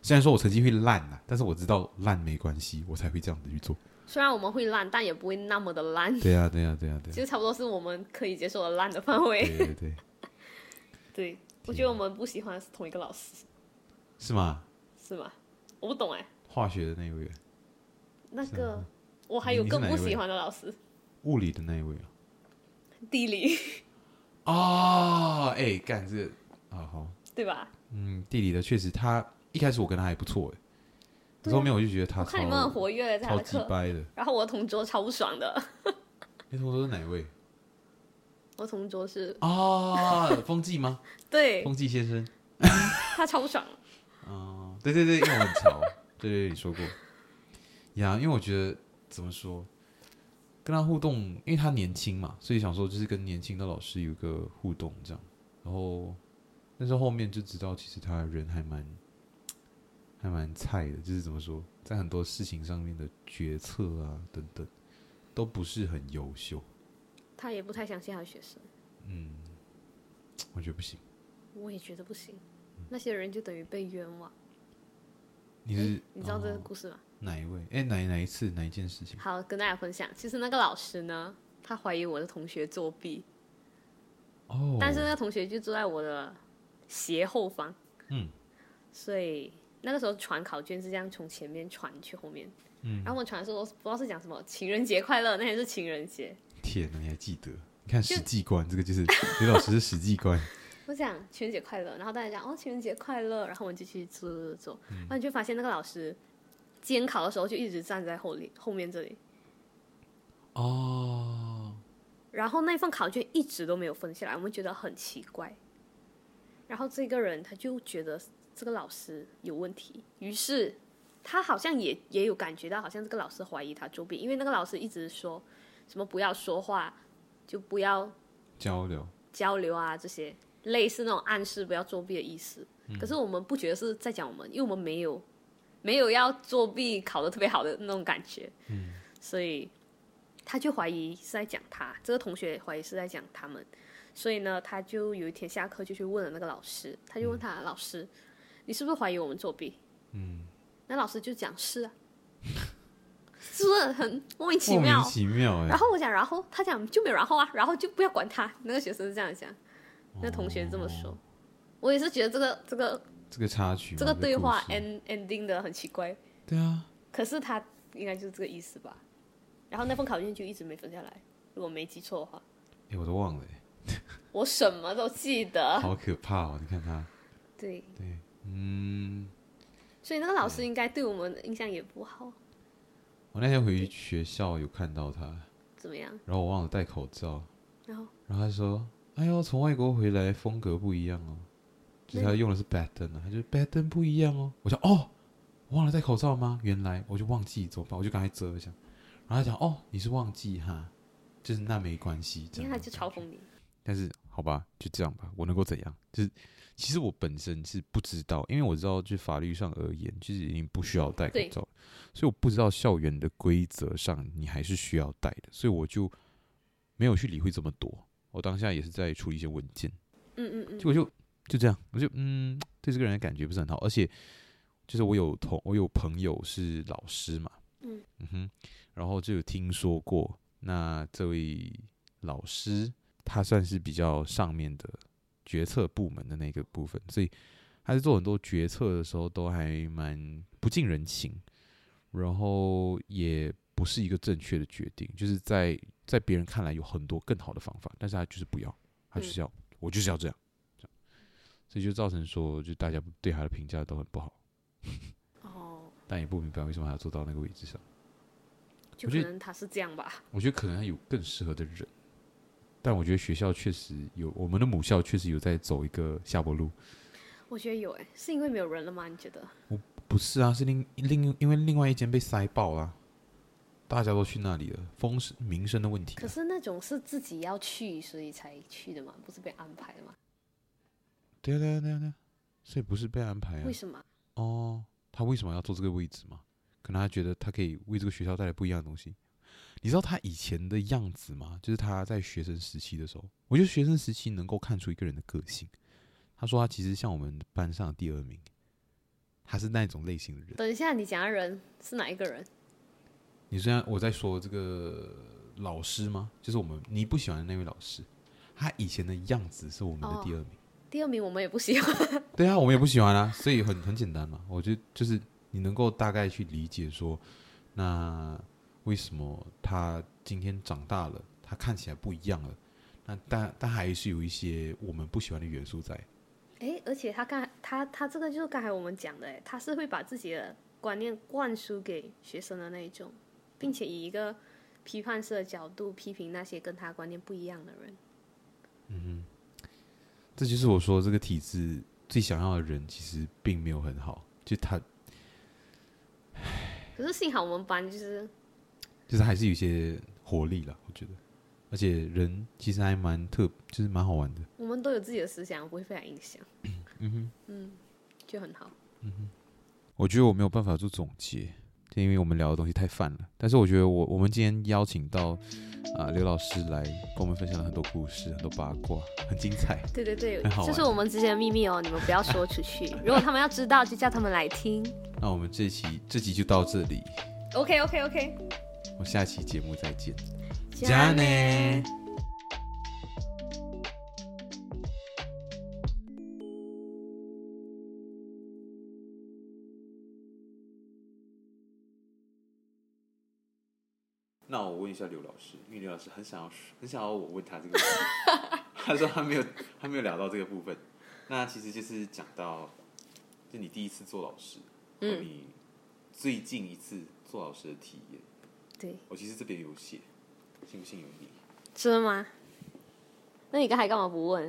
Speaker 1: 虽然说我成绩会烂啊，但是我知道烂没关系，我才会这样子去 [LAUGHS] 做。
Speaker 2: 虽然我们会烂，但也不会那么的烂。
Speaker 1: 对啊，对啊，对啊，对啊，
Speaker 2: 就差不多是我们可以接受的烂的范
Speaker 1: [LAUGHS]
Speaker 2: 围。
Speaker 1: 对对啊对，
Speaker 2: 对，我觉得我们不喜欢的是同一个老师，
Speaker 1: 是吗？
Speaker 2: 是吗？我不懂哎，
Speaker 1: 化学的那一位，
Speaker 2: 那个我还有更不喜欢的老师，
Speaker 1: 物理的那一位啊。
Speaker 2: 地理， [LAUGHS]
Speaker 1: 哦，哎，干这个啊好，
Speaker 2: 对吧？
Speaker 1: 嗯，地理的确实他，一开始我跟他还不错哎，可
Speaker 2: 对啊
Speaker 1: 是后面我就觉得他
Speaker 2: 我
Speaker 1: 超
Speaker 2: 看你们很活跃在他
Speaker 1: 超
Speaker 2: 的
Speaker 1: 鸡
Speaker 2: 课，
Speaker 1: 掰的。
Speaker 2: 然后我的同桌超不爽的，
Speaker 1: [LAUGHS]
Speaker 2: [LAUGHS]
Speaker 1: 那同桌是哪一位？
Speaker 2: 我同
Speaker 1: [LAUGHS]
Speaker 2: 桌是
Speaker 1: 啊，风纪吗？
Speaker 2: 对
Speaker 1: 风纪先生。
Speaker 2: 他超不爽，
Speaker 1: 哦，对对对，因为我很潮，对对对，你说过呀因为我觉得怎么说，跟他互动，因为他年轻嘛，所以想说就是跟年轻的老师有一个互动这样，然后但是后面就知道其实他人还蛮还蛮菜的，就是怎么说，在很多事情上面的决策啊等等，都不是很优秀，
Speaker 2: 他也不太相信他的学生，
Speaker 1: 嗯，我觉得不行。
Speaker 2: 我也觉得不行，
Speaker 1: 嗯
Speaker 2: 那些人就等于被冤枉。
Speaker 1: 你是
Speaker 2: 你知道这个
Speaker 1: 哦
Speaker 2: 故事吗？
Speaker 1: 哪一位？哎，哪哪一次哪一件事情？
Speaker 2: 好，跟大家分享，其实那个老师呢，他怀疑我的同学作弊，
Speaker 1: 哦，
Speaker 2: 但是那个同学就坐在我的斜后方，
Speaker 1: 嗯，
Speaker 2: 所以那个时候传考卷是这样从前面传去后面，嗯，然后我传的时候不知道是讲什么情人节快乐，那天是情人节，
Speaker 1: 嗯天哪，你还记得？你看史记官，这个就是刘老师是史记官，
Speaker 2: 我讲情人节快乐，然后大家讲哦情人节快乐，然后我们就去做做做，
Speaker 1: 嗯
Speaker 2: 然后你就发现那个老师监考的时候就一直站在后里后面这里，
Speaker 1: [LAUGHS] 哦，
Speaker 2: 然后那份考卷一直都没有分下来，我们觉得很奇怪。然后这个人他就觉得这个老师有问题，于是他好像也也有感觉到，好像这个老师怀疑他作弊，因为那个老师一直说什么不要说话，就不要
Speaker 1: 交流，
Speaker 2: 交流啊这些，类似那种暗示不要作弊的意思。可是我们不觉得是在讲我们，因为我们没有没有要作弊考得特别好的那种感觉。嗯，所以他就怀疑是在讲他，这个同学怀疑是在讲他们。所以呢，他就有一天下课就去问了那个老师，他就问他、老师，你是不是怀疑我们作弊？嗯，那老师就讲是啊，是不是很莫名其
Speaker 1: 莫
Speaker 2: 妙
Speaker 1: 名？其妙哎
Speaker 2: 然，后我讲，然后他讲就没有然后啊，然后就不要管他。那个学生是这样讲，那同学这么说，我也是觉得这个这个
Speaker 1: 哦这个插曲嘛，啊
Speaker 2: 这个对话
Speaker 1: 故事
Speaker 2: end ending 的很奇怪，
Speaker 1: 对啊，
Speaker 2: 可是他应该就是这个意思吧。然后那份考卷就一直没分下来，如果没记错的话，
Speaker 1: 哎，我都忘了哎，
Speaker 2: 我什么都记得。
Speaker 1: 好可怕哦！你看他，
Speaker 2: 对，
Speaker 1: 对，嗯，
Speaker 2: 所以那个老师应该对我们的印象也不好，
Speaker 1: 我那天回学校有看到他，
Speaker 2: 怎么样？
Speaker 1: 然后我忘了戴口罩，
Speaker 2: 然后
Speaker 1: 然后他说：“哎呦，从外国回来风格不一样哦。”就是他用的是 pattern 啊，他就 pattern 不一样哦。我就哦，忘了戴口罩吗？原来我就忘记怎么办？我就赶快遮一下。然后他讲：“哦，你是忘记哈，就是那没关系。”这
Speaker 2: 你
Speaker 1: 样
Speaker 2: 看
Speaker 1: 的
Speaker 2: 他就
Speaker 1: 感
Speaker 2: 嘲
Speaker 1: 觉
Speaker 2: 讽你，
Speaker 1: 但是好吧，就这样吧，我能够怎样？就是其实我本身是不知道，因为我知道，就法律上而言，就是已经不需要戴口
Speaker 2: 对
Speaker 1: 罩了，所以我不知道校园的规则上你还是需要戴的，所以我就没有去理会这么多。我当下也是在处理一些文件，
Speaker 2: 嗯嗯
Speaker 1: 结
Speaker 2: 嗯，
Speaker 1: 果就就这样，我就嗯，对这个人的感觉不是很好，而且就是我有同我有朋友是老师嘛，
Speaker 2: 嗯
Speaker 1: 哼，然后就有听说过，那这位老师他算是比较上面的决策部门的那个部分，所以他在做很多决策的时候都还蛮不近人情，然后也不是一个正确的决定，就是在在别人看来有很多更好的方法，但是他就是不要，他
Speaker 2: 嗯
Speaker 1: 就是要、我就是要这样。所以就造成说，就大家对他的评价都很不好，
Speaker 2: 哦，
Speaker 1: 但也不明白为什么他要做到那个位置上。
Speaker 2: 就
Speaker 1: 我
Speaker 2: 可
Speaker 1: 觉得
Speaker 2: 能他是这样吧，
Speaker 1: 我觉得可能还有更适合的人，但我觉得学校确实有，我们的母校确实有在走一个下坡路。
Speaker 2: 我觉得有哎，是因为没有人了吗？你觉得？
Speaker 1: 不是啊，是另另因为另外一间被塞爆啦、大家都去那里了，风声名声的问题啊、
Speaker 2: 可是那种是自己要去，所以才去的嘛，不是被安排的嘛？
Speaker 1: 对啊对啊对啊对啊，所以不是被安排啊
Speaker 2: 为。什么？
Speaker 1: 哦，他为什么要做这个位置嘛？可能他觉得他可以为这个学校带来不一样的东西。你知道他以前的样子吗？就是他在学生时期的时候，我觉得学生时期能够看出一个人的个性。他说他其实像我们班上的第二名，他是那种类型的人。
Speaker 2: 等一下，你讲的人是哪一个人？
Speaker 1: 你虽然我在说这个老师吗？就是我们你不喜欢的那位老师，他以前的样子是我们的第二名。
Speaker 2: 第二名我们也不喜 [LAUGHS] 欢。
Speaker 1: 对啊，我们也不喜欢啊，所以很很简单嘛。我觉得就是你能够大概去理解说，那为什么他今天长大了，他看起来不一样了，那但但还是有一些我们不喜欢的元素在。
Speaker 2: 诶，而且他刚他他这个就是刚才我们讲的，诶，他是会把自己的观念灌输给学生的那一种，并且以一个批判式的角度批评那些跟他观念不一样的人。
Speaker 1: 这就是我说这个体制最想要的人，其实并没有很好，就他
Speaker 2: 可是幸好我们班就是
Speaker 1: 就是还是有一些活力了，我觉得，而且人其实还蛮特，就是蛮好玩的。
Speaker 2: 我们都有自己的思想，不会被他影响。嗯哼，嗯，就很好。
Speaker 1: 我觉得我没有办法做总结，就因为我们聊的东西太泛了。但是我觉得我我们今天邀请到啊、刘老师来跟我们分享了很多故事，很多八卦，很精彩。
Speaker 2: 对对对
Speaker 1: 很好，玩
Speaker 2: 这是我们之间的秘密哦，你们不要说
Speaker 1: [LAUGHS]
Speaker 2: 出去。如果他们要知道，就叫他们来听。
Speaker 1: 那我们这期这集就到这里，
Speaker 2: OK OK OK，
Speaker 1: 我们下期节目再见。
Speaker 2: じゃあね
Speaker 1: 问一下刘老师，因为刘老师很想要很想要我问他这个问题， [LAUGHS] 他说他没有他没有聊到这个部分。那其实就是讲到，就你第一次做老师，和
Speaker 2: 嗯
Speaker 1: 你最近一次做老师的体验。
Speaker 2: 对，
Speaker 1: 我其实这边有写，信不信由你。
Speaker 2: 真的吗？那你刚才干嘛不问？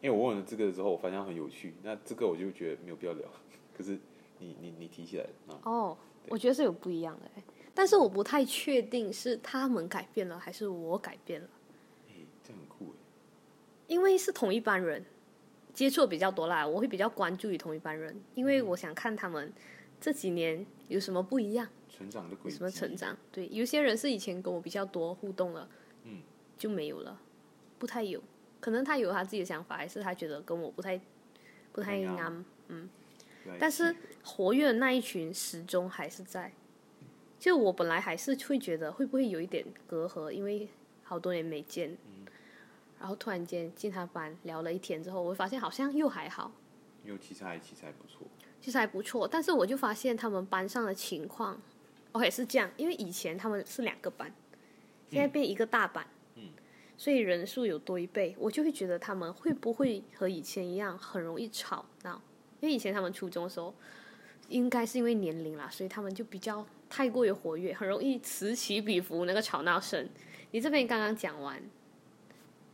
Speaker 1: 因为我问了这个之后，我发现它很有趣，那这个我就觉得没有必要聊。 [LAUGHS] 可是你你你提起来啊，
Speaker 2: 哦，我觉得是有不一样的欸，但是我不太确定是他们改变了还是我改变了，
Speaker 1: 哎、这样很酷哎。
Speaker 2: 因为是同一班人，接触的比较多啦，我会比较关注于同一班人，因
Speaker 1: 嗯
Speaker 2: 为我想看他们这几年有什么不一样，
Speaker 1: 成长的轨
Speaker 2: 有
Speaker 1: 迹，
Speaker 2: 什么成长。对，有些人是以前跟我比较多互动了，
Speaker 1: 嗯，
Speaker 2: 就没有了，不太有，可能他有他自己的想法，还是他觉得跟我不太
Speaker 1: 不
Speaker 2: 不太
Speaker 1: 太
Speaker 2: 啱
Speaker 1: 啱。来
Speaker 2: 但是活跃的那一群始终还是在。就我本来还是会觉得会不会有一点隔阂，因为好多年没见，然后突然间进他班聊了一天之后，我发现好像又还好，
Speaker 1: 因为其实还其实还不错，
Speaker 2: 其实还不错。但是我就发现他们班上的情况，OK 是这样，因为以前他们是两个班，现在变一个大班，所以人数有多一倍，我就会觉得他们会不会和以前一样很容易吵闹？因为以前他们初中的时候，应该是因为年龄啦，所以他们就比较太过于活跃，很容易此起彼伏那个吵闹声。你这边刚刚讲完，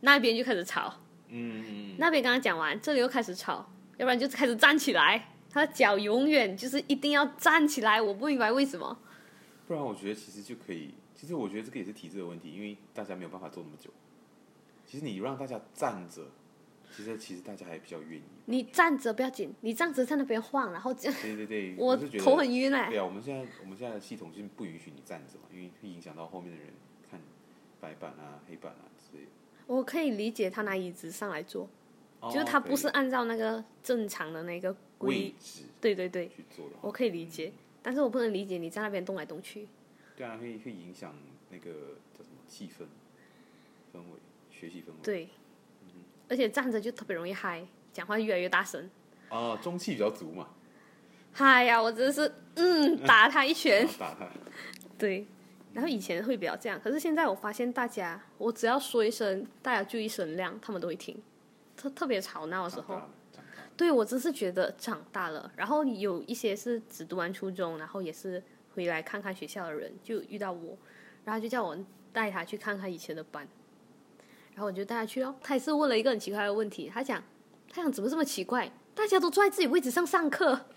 Speaker 2: 那边就开始吵，
Speaker 1: 嗯，
Speaker 2: 那边刚刚讲完，这里又开始吵，要不然就开始站起来。他的脚永远就是一定要站起来，我不明白为什么。
Speaker 1: 不然我觉得其实就可以。其实我觉得这个也是体制的问题，因为大家没有办法做那么久。其实你让大家站着，其实其实大家还比较愿意。
Speaker 2: 你站着不要紧，你站着在那边晃，然后这样
Speaker 1: 对对对，
Speaker 2: 我
Speaker 1: 是觉得
Speaker 2: 头很晕哎、
Speaker 1: 对啊，我们现在我们现在的系统是不允许你站着嘛，因为会影响到后面的人看白板啊、黑板啊之类的。
Speaker 2: 我可以理解他拿椅子上来坐，
Speaker 1: 哦
Speaker 2: 就是他
Speaker 1: 可以
Speaker 2: 不是按照那个正常的那个规
Speaker 1: 位，置
Speaker 2: 对对对，
Speaker 1: 去做的话，嗯
Speaker 2: 我可以理解，但是我不能理解你在那边动来动去。
Speaker 1: 对啊，会会影响那个叫什么气氛、氛围、学习氛围。
Speaker 2: 对，而且站着就特别容易嗨，讲话越来越大声。
Speaker 1: 啊、中气比较足嘛，
Speaker 2: 嗨哎呀，我真是嗯，打他一拳
Speaker 1: 然。后 [LAUGHS] 打他。
Speaker 2: 对，然后以前会比较这样，可是现在我发现大家，我只要说一声“大家注意声量”，他们都会听。特特别吵闹的时
Speaker 1: 长
Speaker 2: 候
Speaker 1: 大，了，长大了。
Speaker 2: 对我真是觉得长大了。然后有一些是只读完初中，然后也是回来看看学校的人，就遇到我，然后就叫我带他去看看以前的班，然后我就带他去哦。他也是问了一个很奇怪的问题，他讲，他讲怎么这么奇怪？大家都坐在自己位置上上课，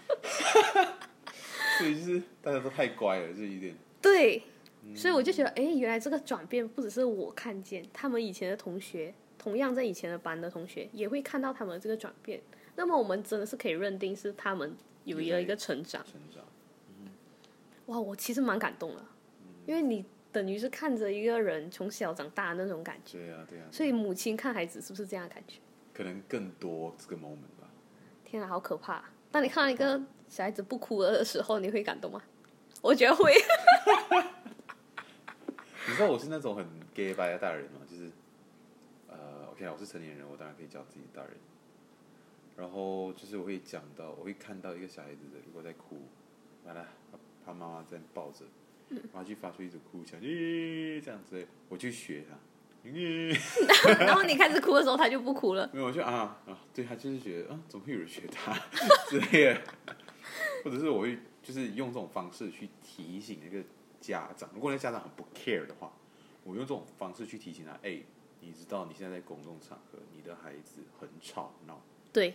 Speaker 1: 所以就是大家都太乖了，就有点
Speaker 2: 对，
Speaker 1: 嗯
Speaker 2: 所以我就觉得，哎，原来这个转变不只是我看见，他们以前的同学，同样在以前的班的同学，也会看到他们这个转变。那么我们真的是可以认定是他们有
Speaker 1: 有
Speaker 2: 了一个成长。
Speaker 1: 成长。
Speaker 2: 哇，我其实蛮感动的，
Speaker 1: 嗯
Speaker 2: 因为你等于是看着一个人从小长大的那种感觉。
Speaker 1: 对啊，对啊，
Speaker 2: 所以母亲看孩子是不是这样的感觉？
Speaker 1: 可能更多这个 moment 吧。
Speaker 2: 天啊，好可怕、当你看到一个
Speaker 1: 啊
Speaker 2: 小孩子不哭的时候，你会感动吗？我觉得会。 [LAUGHS]
Speaker 1: 你知道我是那种很 gay 白的大人嘛，就是呃，OK 啦，我是成年人，我当然可以叫自己大人。然后就是我会讲到，我会看到一个小孩子的如果在哭，完了他妈妈在抱着，然后去发出一种哭腔，咦、这样子，我去学他，咦、
Speaker 2: 然后你开始哭的时候，他就不哭了。
Speaker 1: 没有，我就啊啊，对他就是觉得啊，怎么会有人学他 [LAUGHS] 之类的，或者是我会就是用这种方式去提醒那个家长，如果那家长很不 care 的话，我用这种方式去提醒他，哎，你知道你现在在公众场合，你的孩子很吵闹，
Speaker 2: 对，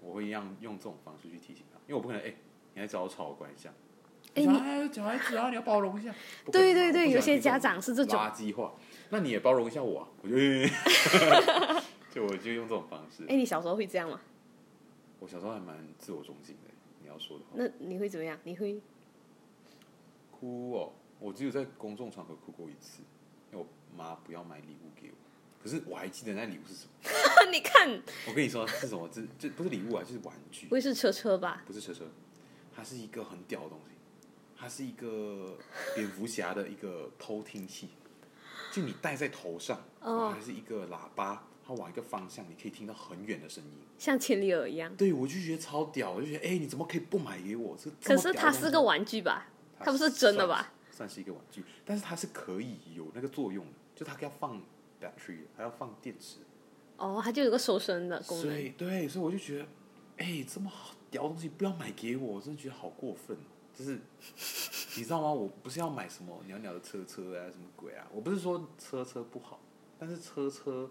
Speaker 1: 我会让用这种方式去提醒他，因为我不可能哎，你来找我吵，我管一下。
Speaker 2: 哎
Speaker 1: 啊说哎，小孩子啊，你要包容一下。不可能
Speaker 2: 对
Speaker 1: 嘛
Speaker 2: 对
Speaker 1: 我
Speaker 2: 对
Speaker 1: 不喜
Speaker 2: 有
Speaker 1: 欢
Speaker 2: 些
Speaker 1: 听
Speaker 2: 家
Speaker 1: 种
Speaker 2: 长是这种
Speaker 1: 垃圾话，那你也包容一下我啊。我就， [LAUGHS] 哎就我就用这种方式。
Speaker 2: 哎，你小时候会这样吗？
Speaker 1: 我小时候还蛮自我中心的，你要说的话。
Speaker 2: 那你会怎么样？你会
Speaker 1: 哭哦，我只有在公众场合哭过一次，因为我妈不要买礼物给我，可是我还记得那礼物是什么。
Speaker 2: [LAUGHS] 你看，
Speaker 1: 我跟你说是什么？这这不是礼物啊，就是玩具，
Speaker 2: 不会是车车吧？
Speaker 1: 不是车车，它是一个很屌的东西，它是一个蝙蝠侠的一个偷听器，就你戴在头上，然后
Speaker 2: 哦
Speaker 1: 还是一个喇叭，它往一个方向，你可以听到很远的声音。
Speaker 2: 像千里耳一样。
Speaker 1: 对，我就觉得超屌，我就觉得哎、你怎么可以不买给我？这这
Speaker 2: 可
Speaker 1: 么
Speaker 2: 是
Speaker 1: 屌
Speaker 2: 它
Speaker 1: 的东
Speaker 2: 是
Speaker 1: 西
Speaker 2: 个玩具吧？它不是真的吧？
Speaker 1: 算？算是一个玩具，但是它是可以有那个作用的，就它要放 battery，还要放电池。
Speaker 2: 哦，它就有个收身的功
Speaker 1: 所
Speaker 2: 能。
Speaker 1: 以对，所以我就觉得，哎、这么好屌的东西不要买给我，我真的觉得好过分哦。就是， [LAUGHS] 你知道吗？我不是要买什么袅袅的车车啊，什么鬼啊？我不是说车车不好，但是车车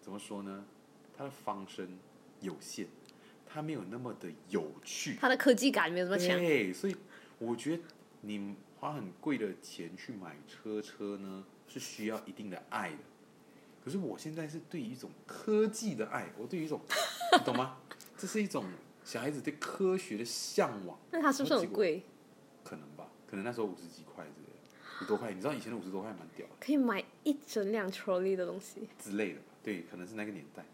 Speaker 1: 怎么说呢？它的方身有限，它没有那么的有趣。
Speaker 2: 它的科技感没有这么强，
Speaker 1: 对，所以我觉得你花很贵的钱去买车车呢，是需要一定的爱的。可是我现在是对于一种科技的爱，我对于一种，你懂吗？这是一种小孩子对科学的向往，
Speaker 2: 那它是不是很贵？
Speaker 1: 可能吧？可能那时候五十几块之类的，五十多块。你知道以前的五十多块蛮屌的
Speaker 2: 可以买一整辆 trolley 的东西，
Speaker 1: 之类的吧？对，可能是那个年代。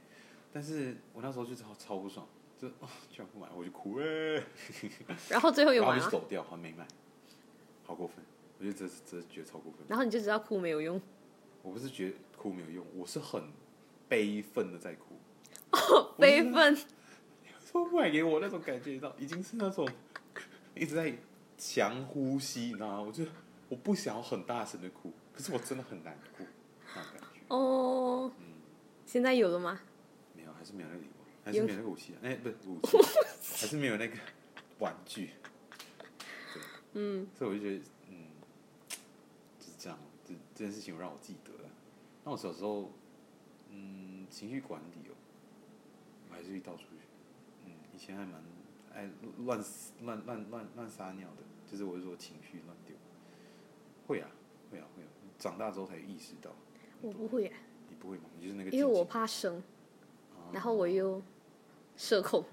Speaker 1: 但是我那时候就超超不爽，就哦，居然不买，我就哭哎、
Speaker 2: 然后最后又
Speaker 1: 然后
Speaker 2: 买啊
Speaker 1: 我就
Speaker 2: 了，
Speaker 1: 走掉，还没买，好过分！我觉得这是这是觉得超过分。
Speaker 2: 然后你就知道哭没有用，
Speaker 1: 我不是觉得哭没有用，我是很悲愤的在哭，
Speaker 2: 悲愤。
Speaker 1: 说不买给我那种感觉，你知道，已经是那种一直在强呼吸，你知道吗？我就我不想要很大声的哭，可是我真的很难哭，那种感觉。
Speaker 2: 哦，现在有了吗？
Speaker 1: 没有，还是没有那个礼物，还是没有那个武器、啊，哎、不是武
Speaker 2: [LAUGHS]
Speaker 1: 器，还是没有那个玩具。对，嗯，所以我就觉得，嗯，就是这样，这这件事情让我记得了。那我小时候，嗯，情绪管理哦，我还是会到处去，嗯，以前还蛮爱乱乱乱乱乱撒尿的，就是我是说情绪乱丢，会啊会啊会啊，长大之后才意识到，
Speaker 2: 我不会耶，
Speaker 1: 你不会吗？你就是那个静哦
Speaker 2: 因
Speaker 1: 静，
Speaker 2: 为我怕生，然后我又社恐，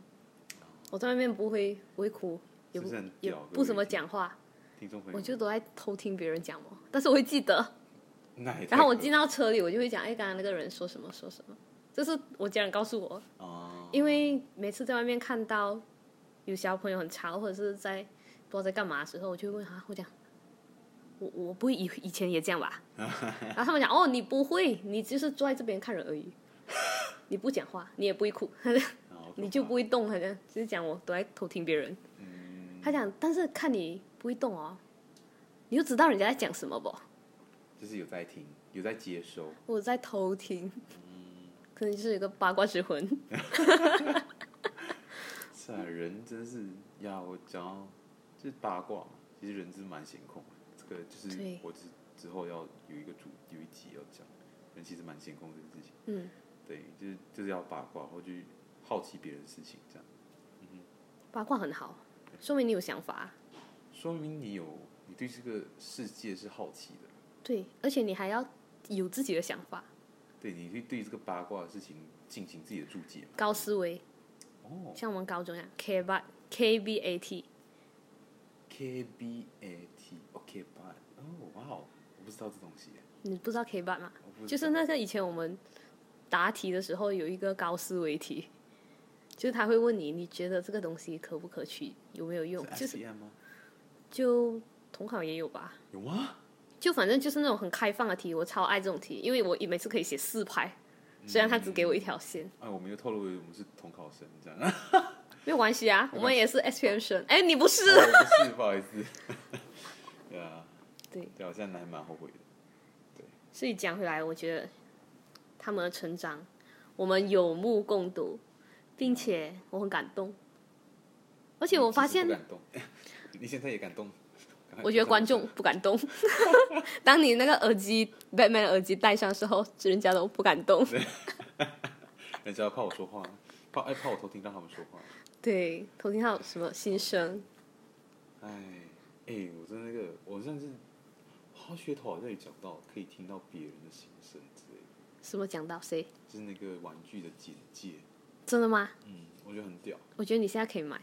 Speaker 2: 我在外面不会不会哭，也
Speaker 1: 是不
Speaker 2: 不
Speaker 1: 是哦很
Speaker 2: 也
Speaker 1: 屌各
Speaker 2: 不
Speaker 1: 位
Speaker 2: 怎么
Speaker 1: 听
Speaker 2: 讲话，
Speaker 1: 听众朋友
Speaker 2: 我
Speaker 1: 们，
Speaker 2: 就都在偷听别人讲我，但是我会记得。
Speaker 1: 那
Speaker 2: [LAUGHS]
Speaker 1: 也太
Speaker 2: 然后我
Speaker 1: 可
Speaker 2: 进到车里，我就会讲，哎，刚刚那个人说什么说什么，这是我家人告诉我，
Speaker 1: 哦，
Speaker 2: 因为每次在外面看到有小朋友很吵，或者是在不知道在干嘛的时候，我就会问他，我讲，我我不会以以前也这样吧？然后他们讲，哦，你不会，你就是坐在这边看人而已，你不讲话，你也不会哭， [LAUGHS]
Speaker 1: 好可
Speaker 2: 你就
Speaker 1: 怕
Speaker 2: 不会动，好像就是讲我都在偷听别人。
Speaker 1: 嗯
Speaker 2: 他讲，但是看你不会动哦，你就知道人家在讲什么不？
Speaker 1: 就是有在听，有在接收，
Speaker 2: 我在偷听，
Speaker 1: 嗯
Speaker 2: 可能就是一个八卦之魂。
Speaker 1: 是啊，人真是要我讲到，就是八卦嘛，其实人是蛮闲空的，这个就是
Speaker 2: 对
Speaker 1: 我之之后要有一个主有一集要讲，人其实蛮闲空这件事情，
Speaker 2: 嗯，
Speaker 1: 对，就是就是要八卦或去好奇别人的事情，这样
Speaker 2: 八卦很好，说明你有想法。
Speaker 1: 说明你有你对这个世界是好奇的，
Speaker 2: 对，而且你还要有自己的想法，
Speaker 1: 对，你会对这个八卦的事情进行自己的注解嘛，
Speaker 2: 高思维，
Speaker 1: 哦
Speaker 2: 像我们高中一样，K 八 K B A T，
Speaker 1: ，K B A T，OK，吧，哦，哇哦，我不知道这东西耶，
Speaker 2: 你不知道 K 八吗？
Speaker 1: 我不知
Speaker 2: 就是
Speaker 1: 道
Speaker 2: 那个以前我们答题的时候有一个高思维题，就是他会问你，你觉得这个东西可不可取，有没有用？就是
Speaker 1: SBM E 吗？
Speaker 2: 就统考也有吧，
Speaker 1: 有吗？
Speaker 2: 就反正就是那种很开放的题，我超爱这种题，因为我每次可以写四排，虽然他只给我一条线，
Speaker 1: 哎，我们又透露了我们是统考生这样。哦 [LAUGHS]
Speaker 2: 没有关系啊，我们也是 S P M 生，哎，你不是？
Speaker 1: 不是，不好意思。 [LAUGHS] 对啊，
Speaker 2: 对，
Speaker 1: 对啊，我现在还蛮后悔的。
Speaker 2: 所以讲回来，我觉得他们的成长，我们有目共睹，并且我很感动。而且我发现
Speaker 1: 你其，实不感动， [LAUGHS] 你现在也感动。
Speaker 2: 我觉得观众不感动。 [LAUGHS] 当你那个耳机 Batman 的耳机戴上的时候，人家都不敢动。
Speaker 1: 人家怕我说话，怕哎怕我偷听到他们说话。
Speaker 2: 对，偷听到什么心声？
Speaker 1: 哎哎，我真的那个，我像是滑雪头好像也讲到，可以听到别人的心声之类的，
Speaker 2: 什么讲到谁？
Speaker 1: 就是那个玩具的简介。
Speaker 2: 真的吗？
Speaker 1: 嗯，我觉得很屌，
Speaker 2: 我觉得你现在可以买，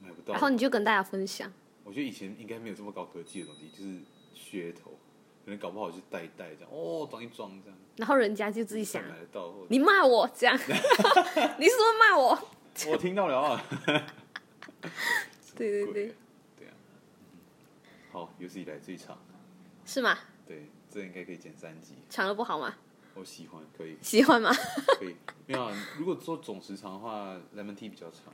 Speaker 1: 买不到
Speaker 2: 然。后你就跟大家分享。
Speaker 1: 我觉得以前应该没有这么高科技的东西，就是噱头，可能搞不好就带一带这样，哦，装一装这样，
Speaker 2: 然后人家就自己想
Speaker 1: 才，买得到。或者
Speaker 2: 你骂我这样，你是不是骂我？
Speaker 1: 我听到了啊，
Speaker 2: 对对
Speaker 1: 鬼
Speaker 2: 对，，
Speaker 1: 对啊，嗯好，有史以来最长，
Speaker 2: 是吗？
Speaker 1: 对，这应该可以剪三集，
Speaker 2: 长得不好吗？
Speaker 1: 我喜欢，可以
Speaker 2: 喜欢吗？ [LAUGHS]
Speaker 1: 可以，没有、啊，如果做总时长的话，lemon tea 比较长，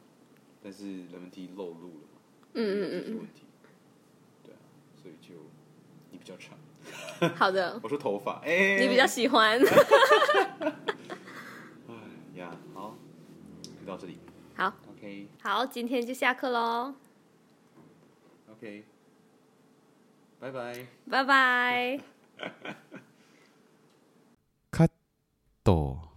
Speaker 1: 但是
Speaker 2: 嗯
Speaker 1: lemon tea 漏录了嘛，
Speaker 2: 嗯嗯嗯
Speaker 1: 这是问题，对啊，所以就比较长。
Speaker 2: 好的，
Speaker 1: 我说头发，哎，
Speaker 2: 你比较喜欢。 [LAUGHS]
Speaker 1: 哎呀，好，就到这里。
Speaker 2: 好
Speaker 1: ，OK
Speaker 2: 好，今天就下课喽，
Speaker 1: OK，拜拜。
Speaker 2: 拜拜。
Speaker 3: 豆。